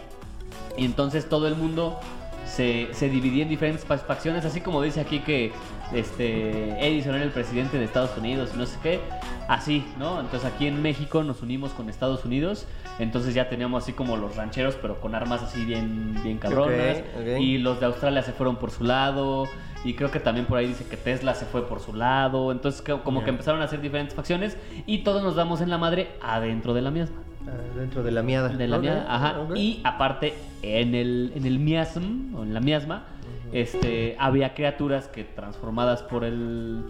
Speaker 2: y entonces todo el mundo se, se dividía en diferentes pa- facciones, así como dice aquí que este, Edison era el presidente de Estados Unidos y no sé qué. Así, ¿no? Entonces aquí en México nos unimos con Estados Unidos, entonces ya teníamos así como los rancheros, pero con armas así bien, bien cabronas.
Speaker 1: Ok, ok.
Speaker 2: Y los de Australia se fueron por su lado, y creo que también por ahí dice que Tesla se fue por su lado. Entonces co- como que
Speaker 1: Ya.
Speaker 2: empezaron a hacer diferentes facciones y todos nos damos en la madre adentro de la misma.
Speaker 1: Ah, Dentro de la miada.
Speaker 2: De la
Speaker 1: Ok,
Speaker 2: mia- ajá.
Speaker 1: ok.
Speaker 2: Y aparte, en el, en el miasm, o en la miasma, este, había criaturas que transformadas por el,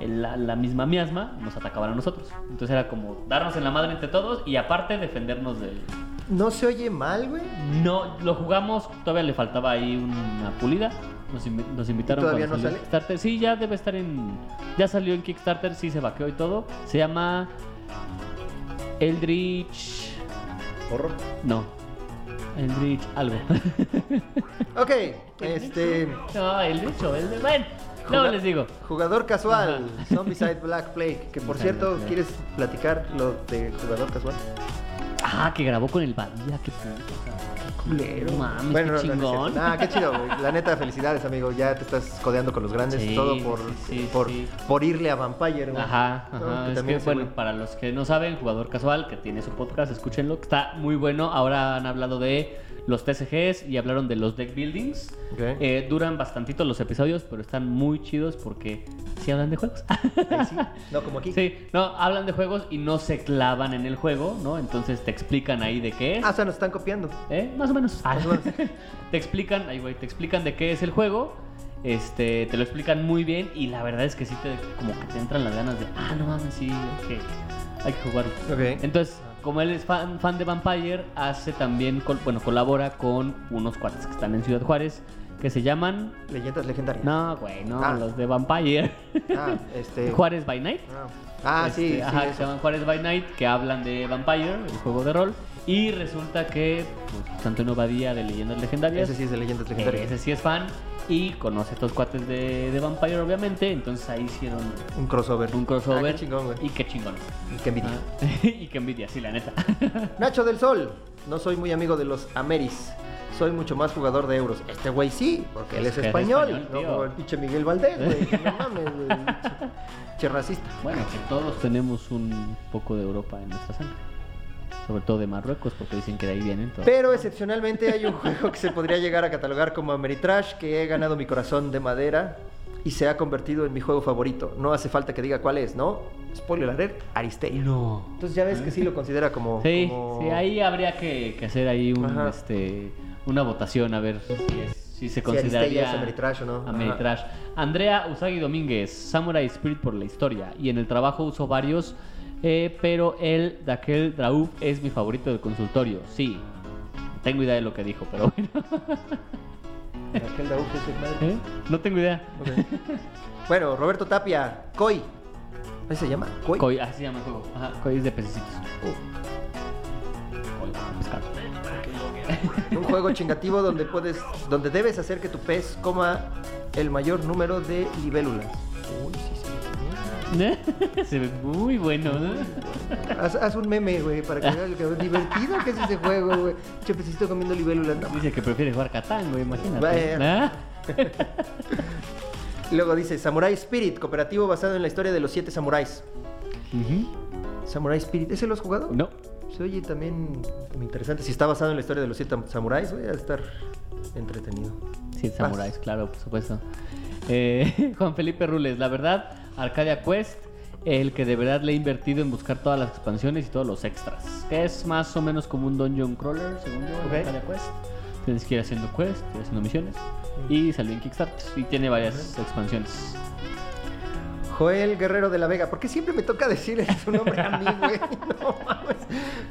Speaker 2: el- la, la misma miasma nos atacaban a nosotros. Entonces era como darnos en la madre entre todos y aparte defendernos del...
Speaker 1: No se oye mal, güey.
Speaker 2: No, lo jugamos, todavía le faltaba ahí una pulida. Nos, invi- nos invitaron
Speaker 1: ¿Y todavía no
Speaker 2: cuando
Speaker 1: sale?
Speaker 2: salió Kickstarter. Sí, ya debe estar en... Ya salió en Kickstarter, sí se vaqueó y todo. Se llama Eldritch...
Speaker 1: Horror.
Speaker 2: No. Eldritch algo.
Speaker 1: Ok, este.
Speaker 2: no, Eldritch o Eldritch. Bueno, luego
Speaker 1: Juga-
Speaker 2: les digo.
Speaker 1: Jugador casual, Zombicide Black Plague. Que por
Speaker 2: Zombicide
Speaker 1: cierto,
Speaker 2: Black Plague.
Speaker 1: ¿quieres platicar lo de jugador casual?
Speaker 2: Ah, que grabó con el Badía, qué puto.
Speaker 1: culero.
Speaker 2: No mames,
Speaker 1: no,
Speaker 2: qué
Speaker 1: no, no es
Speaker 2: chingón.
Speaker 1: cierto. Nah, qué chido, güey. La neta, felicidades, amigo. Ya te estás codeando con los grandes
Speaker 2: Sí,
Speaker 1: y todo por,
Speaker 2: sí, sí,
Speaker 1: por,
Speaker 2: sí.
Speaker 1: por irle a Vampire, güey.
Speaker 2: Ajá,
Speaker 1: No,
Speaker 2: ajá.
Speaker 1: que
Speaker 2: es
Speaker 1: también
Speaker 2: que,
Speaker 1: ese
Speaker 2: bueno,
Speaker 1: güey-
Speaker 2: para los que no saben, jugador casual que tiene su podcast, escúchenlo, que está muy bueno. Ahora han hablado de los TCGs y hablaron de los deck buildings.
Speaker 1: Ok.
Speaker 2: Eh, duran bastantito los episodios, pero están muy chidos porque sí hablan de juegos.
Speaker 1: Ahí sí. No, como aquí.
Speaker 2: sí, no, hablan de juegos y no se clavan en el juego, ¿no? Entonces te explican ahí de qué es.
Speaker 1: Ah, o sea, nos están copiando.
Speaker 2: ¿Eh? Más o menos.
Speaker 1: Más o menos.
Speaker 2: te explican, ay, güey, te explican de qué es el juego. Este, te lo explican muy bien y la verdad es que sí te como que te entran las ganas de, ah, no mames, sí, ok, hay que jugarlo.
Speaker 1: Ok.
Speaker 2: Entonces, como él es fan, fan de Vampire, hace también, col- bueno, colabora con unos cuates que están en Ciudad Juárez que se llaman,
Speaker 1: Leyendas legendarias.
Speaker 2: no, güey, no,
Speaker 1: Ah.
Speaker 2: los de Vampire,
Speaker 1: Ah, este.
Speaker 2: Juárez by Night.
Speaker 1: Ah, Ah,
Speaker 2: Este,
Speaker 1: sí, sí.
Speaker 2: ajá, que
Speaker 1: eso.
Speaker 2: se llaman Juárez by Night, que hablan de Vampire, el juego de rol. Y resulta que pues, Antonio Badía de Leyendas Legendarias,
Speaker 1: Ese sí es de leyendas
Speaker 2: eh,
Speaker 1: legendarias.
Speaker 2: ese sí es fan y conoce a estos cuates de, de Vampire, obviamente. Entonces ahí hicieron
Speaker 1: Un crossover.
Speaker 2: un crossover.
Speaker 1: Ah, qué chingón, güey.
Speaker 2: Y qué chingón.
Speaker 1: Qué envidia.
Speaker 2: Ah, y qué envidia, sí, la neta.
Speaker 1: Nacho del Sol. No soy muy amigo de los Ameris. Soy mucho más jugador de euros. Este güey sí, porque él
Speaker 2: Es
Speaker 1: es,
Speaker 2: Pues que es
Speaker 1: español.
Speaker 2: español,
Speaker 1: no
Speaker 2: tío.
Speaker 1: como el pinche Miguel Valdés, güey. que No mames, güey. Che- Che racista.
Speaker 2: bueno, que todos tenemos un poco de Europa en nuestra sangre. Sobre todo de Marruecos, porque dicen que de ahí vienen todos.
Speaker 1: Pero excepcionalmente hay un juego que se podría llegar a catalogar como Ameritrash, que he ganado mi corazón de madera y se ha convertido en mi juego favorito. No hace falta que diga cuál es, ¿no? Spoiler alert, Aristea.
Speaker 2: no.
Speaker 1: Entonces ya ves que sí lo considera como...
Speaker 2: Sí,
Speaker 1: como-
Speaker 2: sí, ahí habría que, que hacer ahí un,
Speaker 1: Ajá.
Speaker 2: este, una votación a ver si, es- si se
Speaker 1: Si Aristea
Speaker 2: consideraría
Speaker 1: es Ameritrash o no. Ajá.
Speaker 2: Ameritrash. Andrea Usagi Domínguez, Samurai Spirit por la historia. Y en el trabajo uso varios, eh, pero el de aquel Drauf es mi favorito del consultorio. Sí, tengo idea de lo que dijo, pero bueno.
Speaker 1: Aquel de Auge es el madre.
Speaker 2: ¿eh? No tengo idea.
Speaker 1: Ok. Bueno, Roberto Tapia, Coy. ¿Ahí se llama? Coy.
Speaker 2: Koi, así se llama el juego. Ajá, Koi es de pececitos.
Speaker 1: Oh,
Speaker 2: Koi, pescado.
Speaker 1: un juego chingativo donde puedes, donde debes hacer que tu pez coma el mayor número de libélulas. Uy, sí, sí.
Speaker 2: se ve muy bueno, ¿no?
Speaker 1: Haz, haz un meme, güey, para que veas lo que- divertido que es ese juego, güey. Che, pececito comiendo libélulas. no.
Speaker 2: Dice que prefiere jugar Catán, güey, imagínate.
Speaker 1: Vaya.
Speaker 2: ¿Ah?
Speaker 1: Luego dice Samurai Spirit, cooperativo basado en la historia de los siete samuráis. Samurai Spirit, ¿ese lo has jugado?
Speaker 2: No.
Speaker 1: Se oye también muy interesante. Si está basado en la historia de los siete samuráis, voy a estar entretenido.
Speaker 2: Sí, Samuráis, claro, por supuesto. Eh, Juan Felipe Rules, la verdad, Arcadia Quest, el que de verdad le he invertido en buscar todas las expansiones y todos los extras. Que es más o menos como un dungeon crawler, según yo, en
Speaker 1: Ok.
Speaker 2: Arcadia Quest. Tienes que ir haciendo quests, ir haciendo misiones. Y salió en Kickstarter y tiene varias expansiones.
Speaker 1: Joel Guerrero de la Vega, ¿por qué siempre me toca decir su nombre a mí, güey? No mames.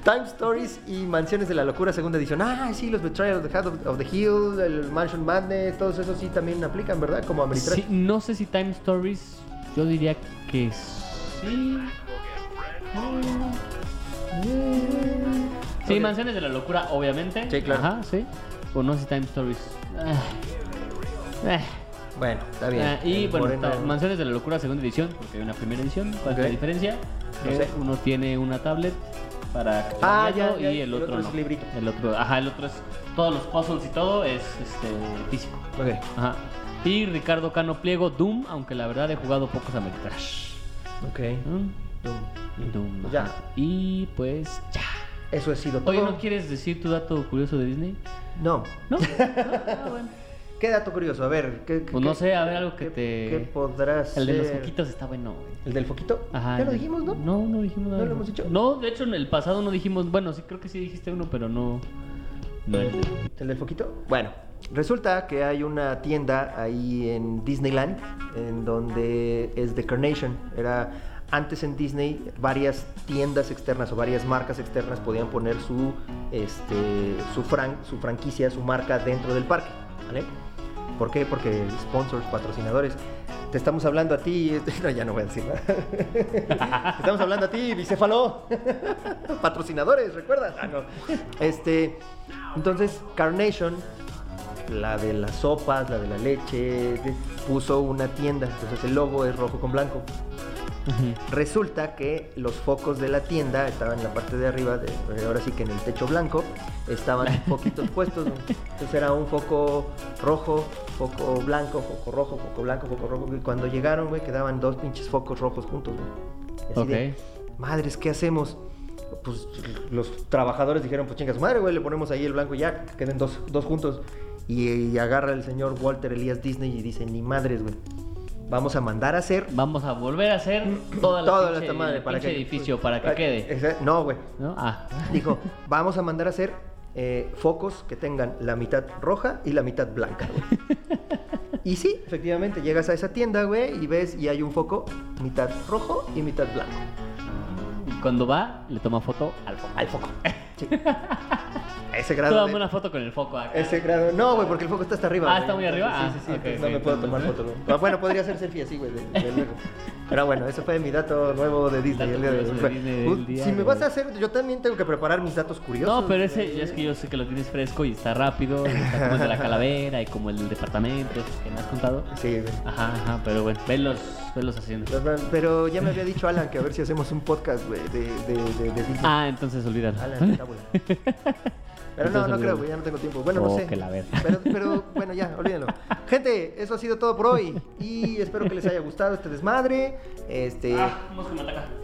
Speaker 1: Time Stories y Mansiones de la Locura, segunda edición. Ah, sí, los Betrayal of the Head of, of the Hill, el Mansion Madness, todos esos sí también aplican, ¿verdad? Como Ameritrash.
Speaker 2: Sí, no sé si Time Stories, yo diría que sí. Sí,
Speaker 1: Ok.
Speaker 2: Mansiones de la Locura, obviamente.
Speaker 1: Sí, claro.
Speaker 2: Ajá, sí. O no sé si Time Stories. Ah. Eh.
Speaker 1: Bueno, está bien.
Speaker 2: Ah, y
Speaker 1: El
Speaker 2: bueno,
Speaker 1: moreno-
Speaker 2: está Mansiones de la Locura, segunda edición, porque hay una primera edición. ¿Cuál es la
Speaker 1: Ok.
Speaker 2: diferencia?
Speaker 1: No
Speaker 2: Que
Speaker 1: sé.
Speaker 2: Uno tiene una tablet para
Speaker 1: Ah,
Speaker 2: capturar
Speaker 1: ya, ya,
Speaker 2: y el otro,
Speaker 1: es
Speaker 2: no.
Speaker 1: librito.
Speaker 2: El otro, ajá, el otro es todos los puzzles y todo es este físico.
Speaker 1: Ok.
Speaker 2: Ajá. Y Ricardo Cano Pliego, Doom, aunque la verdad he jugado pocos Ameritrash.
Speaker 1: Ok.
Speaker 2: Mm,
Speaker 1: Dum.
Speaker 2: Doom. ajá.
Speaker 1: Ya.
Speaker 2: Y pues ya.
Speaker 1: Eso ha sido todo.
Speaker 2: Oye, ¿no quieres decir tu dato curioso de Disney?
Speaker 1: No.
Speaker 2: No. Ah, bueno.
Speaker 1: ¿Qué dato curioso? A ver. ¿qué, qué-
Speaker 2: Pues no
Speaker 1: qué-
Speaker 2: sé, a ver, algo que
Speaker 1: qué-
Speaker 2: te-
Speaker 1: ¿Qué podrás
Speaker 2: El de los
Speaker 1: ser?
Speaker 2: foquitos está bueno. güey.
Speaker 1: ¿El del foquito?
Speaker 2: Ajá,
Speaker 1: ya lo
Speaker 2: el-
Speaker 1: dijimos, ¿no?
Speaker 2: No, no dijimos nada.
Speaker 1: ¿No lo hemos dicho?
Speaker 2: No, de hecho en el pasado no dijimos. Bueno, sí, creo que sí dijiste uno, pero no. No el de-
Speaker 1: ¿El del foquito? Bueno, resulta que hay una tienda ahí en Disneyland, en donde es The Carnation. Era antes en Disney, varias tiendas externas o varias marcas externas podían poner su, este, su, fran- su franquicia, su marca dentro del parque. ¿vale? ¿Por qué? Porque sponsors, patrocinadores. Te estamos hablando a ti. No, ya no voy a decir nada. Te estamos hablando a ti, bicéfalo. Patrocinadores, ¿recuerdas? Ah, no. Este, entonces, Carnation, la de las sopas, la de la leche, de- puso una tienda. Entonces, el logo es rojo con blanco.
Speaker 2: Ujú.
Speaker 1: Resulta que los focos de la tienda estaban en la parte de arriba, de, eh, ahora sí que en el techo blanco, estaban poquitos puestos. güey. Entonces era un foco rojo, foco blanco, foco rojo, foco blanco, foco rojo. Y cuando llegaron, güey, quedaban dos pinches focos rojos juntos, güey. Y así de,
Speaker 2: Ok.
Speaker 1: madres, ¿qué hacemos? Pues los trabajadores dijeron, pues chingas, madre, güey, le ponemos ahí el blanco y ya, que queden dos, dos juntos. Y, y agarra el señor Walter Elías Disney y dice, ni madres, güey. Vamos a mandar a hacer
Speaker 2: Vamos a volver a hacer toda la
Speaker 1: todo
Speaker 2: pinche-
Speaker 1: esta madre para
Speaker 2: pinche
Speaker 1: que
Speaker 2: edificio para que
Speaker 1: para-
Speaker 2: quede.
Speaker 1: Exa- No, güey.
Speaker 2: ¿No? Ah.
Speaker 1: Dijo, vamos a mandar a hacer eh, focos que tengan la mitad roja y la mitad blanca, güey. Y sí, efectivamente, llegas a esa tienda, güey, y ves y hay un foco mitad rojo y mitad blanco.
Speaker 2: Y cuando va, le toma foto al foco.
Speaker 1: Al foco. Sí. A ese grado.
Speaker 2: Toma
Speaker 1: de-
Speaker 2: una foto con el foco ah, acá.
Speaker 1: Ese grado. No, güey, porque el foco está hasta arriba.
Speaker 2: Ah,
Speaker 1: güey.
Speaker 2: ¿está muy
Speaker 1: Entonces,
Speaker 2: arriba?
Speaker 1: Sí, sí, sí.
Speaker 2: Ah,
Speaker 1: entonces
Speaker 2: ok,
Speaker 1: no
Speaker 2: ok,
Speaker 1: me puedo tomar
Speaker 2: entonces-
Speaker 1: foto. güey. Ah, Bueno, podría hacer selfie así, güey, de, de luego. Pero bueno, ese fue mi dato nuevo de Disney.
Speaker 2: Dato
Speaker 1: el día de hoy.
Speaker 2: curioso de Disney
Speaker 1: Uh,
Speaker 2: del día
Speaker 1: si me
Speaker 2: de
Speaker 1: vas
Speaker 2: hoy.
Speaker 1: a hacer, yo también tengo que preparar mis datos curiosos.
Speaker 2: No, pero ese
Speaker 1: güey.
Speaker 2: ya es que yo sé que lo tienes fresco y está rápido, y está como el de la calavera y como el del departamento esos que me has contado.
Speaker 1: Sí, güey.
Speaker 2: Ajá, ajá, pero bueno, velos, velos haciendo.
Speaker 1: Los van- Pero ya me había dicho Alan que a ver si hacemos un podcast, güey, de, de, de, de Disney.
Speaker 2: Ah, entonces olvídalo.
Speaker 1: Alan, cábula. Pero no,
Speaker 2: Entonces,
Speaker 1: no creo,
Speaker 2: olvídalo.
Speaker 1: güey, ya no tengo tiempo. Bueno,
Speaker 2: Oh,
Speaker 1: no sé.
Speaker 2: que la verga.
Speaker 1: Pero, pero bueno, ya, olvídenlo. Gente, eso ha sido todo por hoy. Y espero que les haya gustado este desmadre. Este,
Speaker 2: mosca me ataca.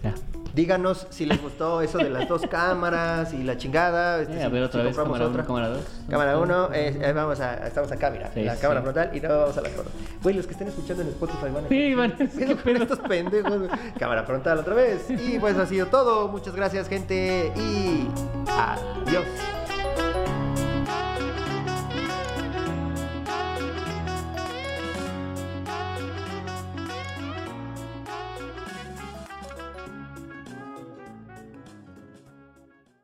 Speaker 2: Ya.
Speaker 1: pues. díganos si les gustó eso de las dos cámaras y la chingada. Este,
Speaker 2: Eh, a
Speaker 1: si-
Speaker 2: ver
Speaker 1: si
Speaker 2: otra vez,
Speaker 1: compramos
Speaker 2: cámara
Speaker 1: otra.
Speaker 2: 1, cámara 2.
Speaker 1: Cámara 1, vamos a, estamos acá, mira,
Speaker 2: Sí,
Speaker 1: la
Speaker 2: sí.
Speaker 1: cámara frontal y no vamos a la cámara. Güey, los que estén escuchando en Spotify van a
Speaker 2: Sí, van a-
Speaker 1: ¿Qué pedo
Speaker 2: ¿qué
Speaker 1: con
Speaker 2: pedo?
Speaker 1: estos pendejos. güey? cámara frontal otra vez. Y pues ha sido todo. Muchas gracias, gente. Y adiós.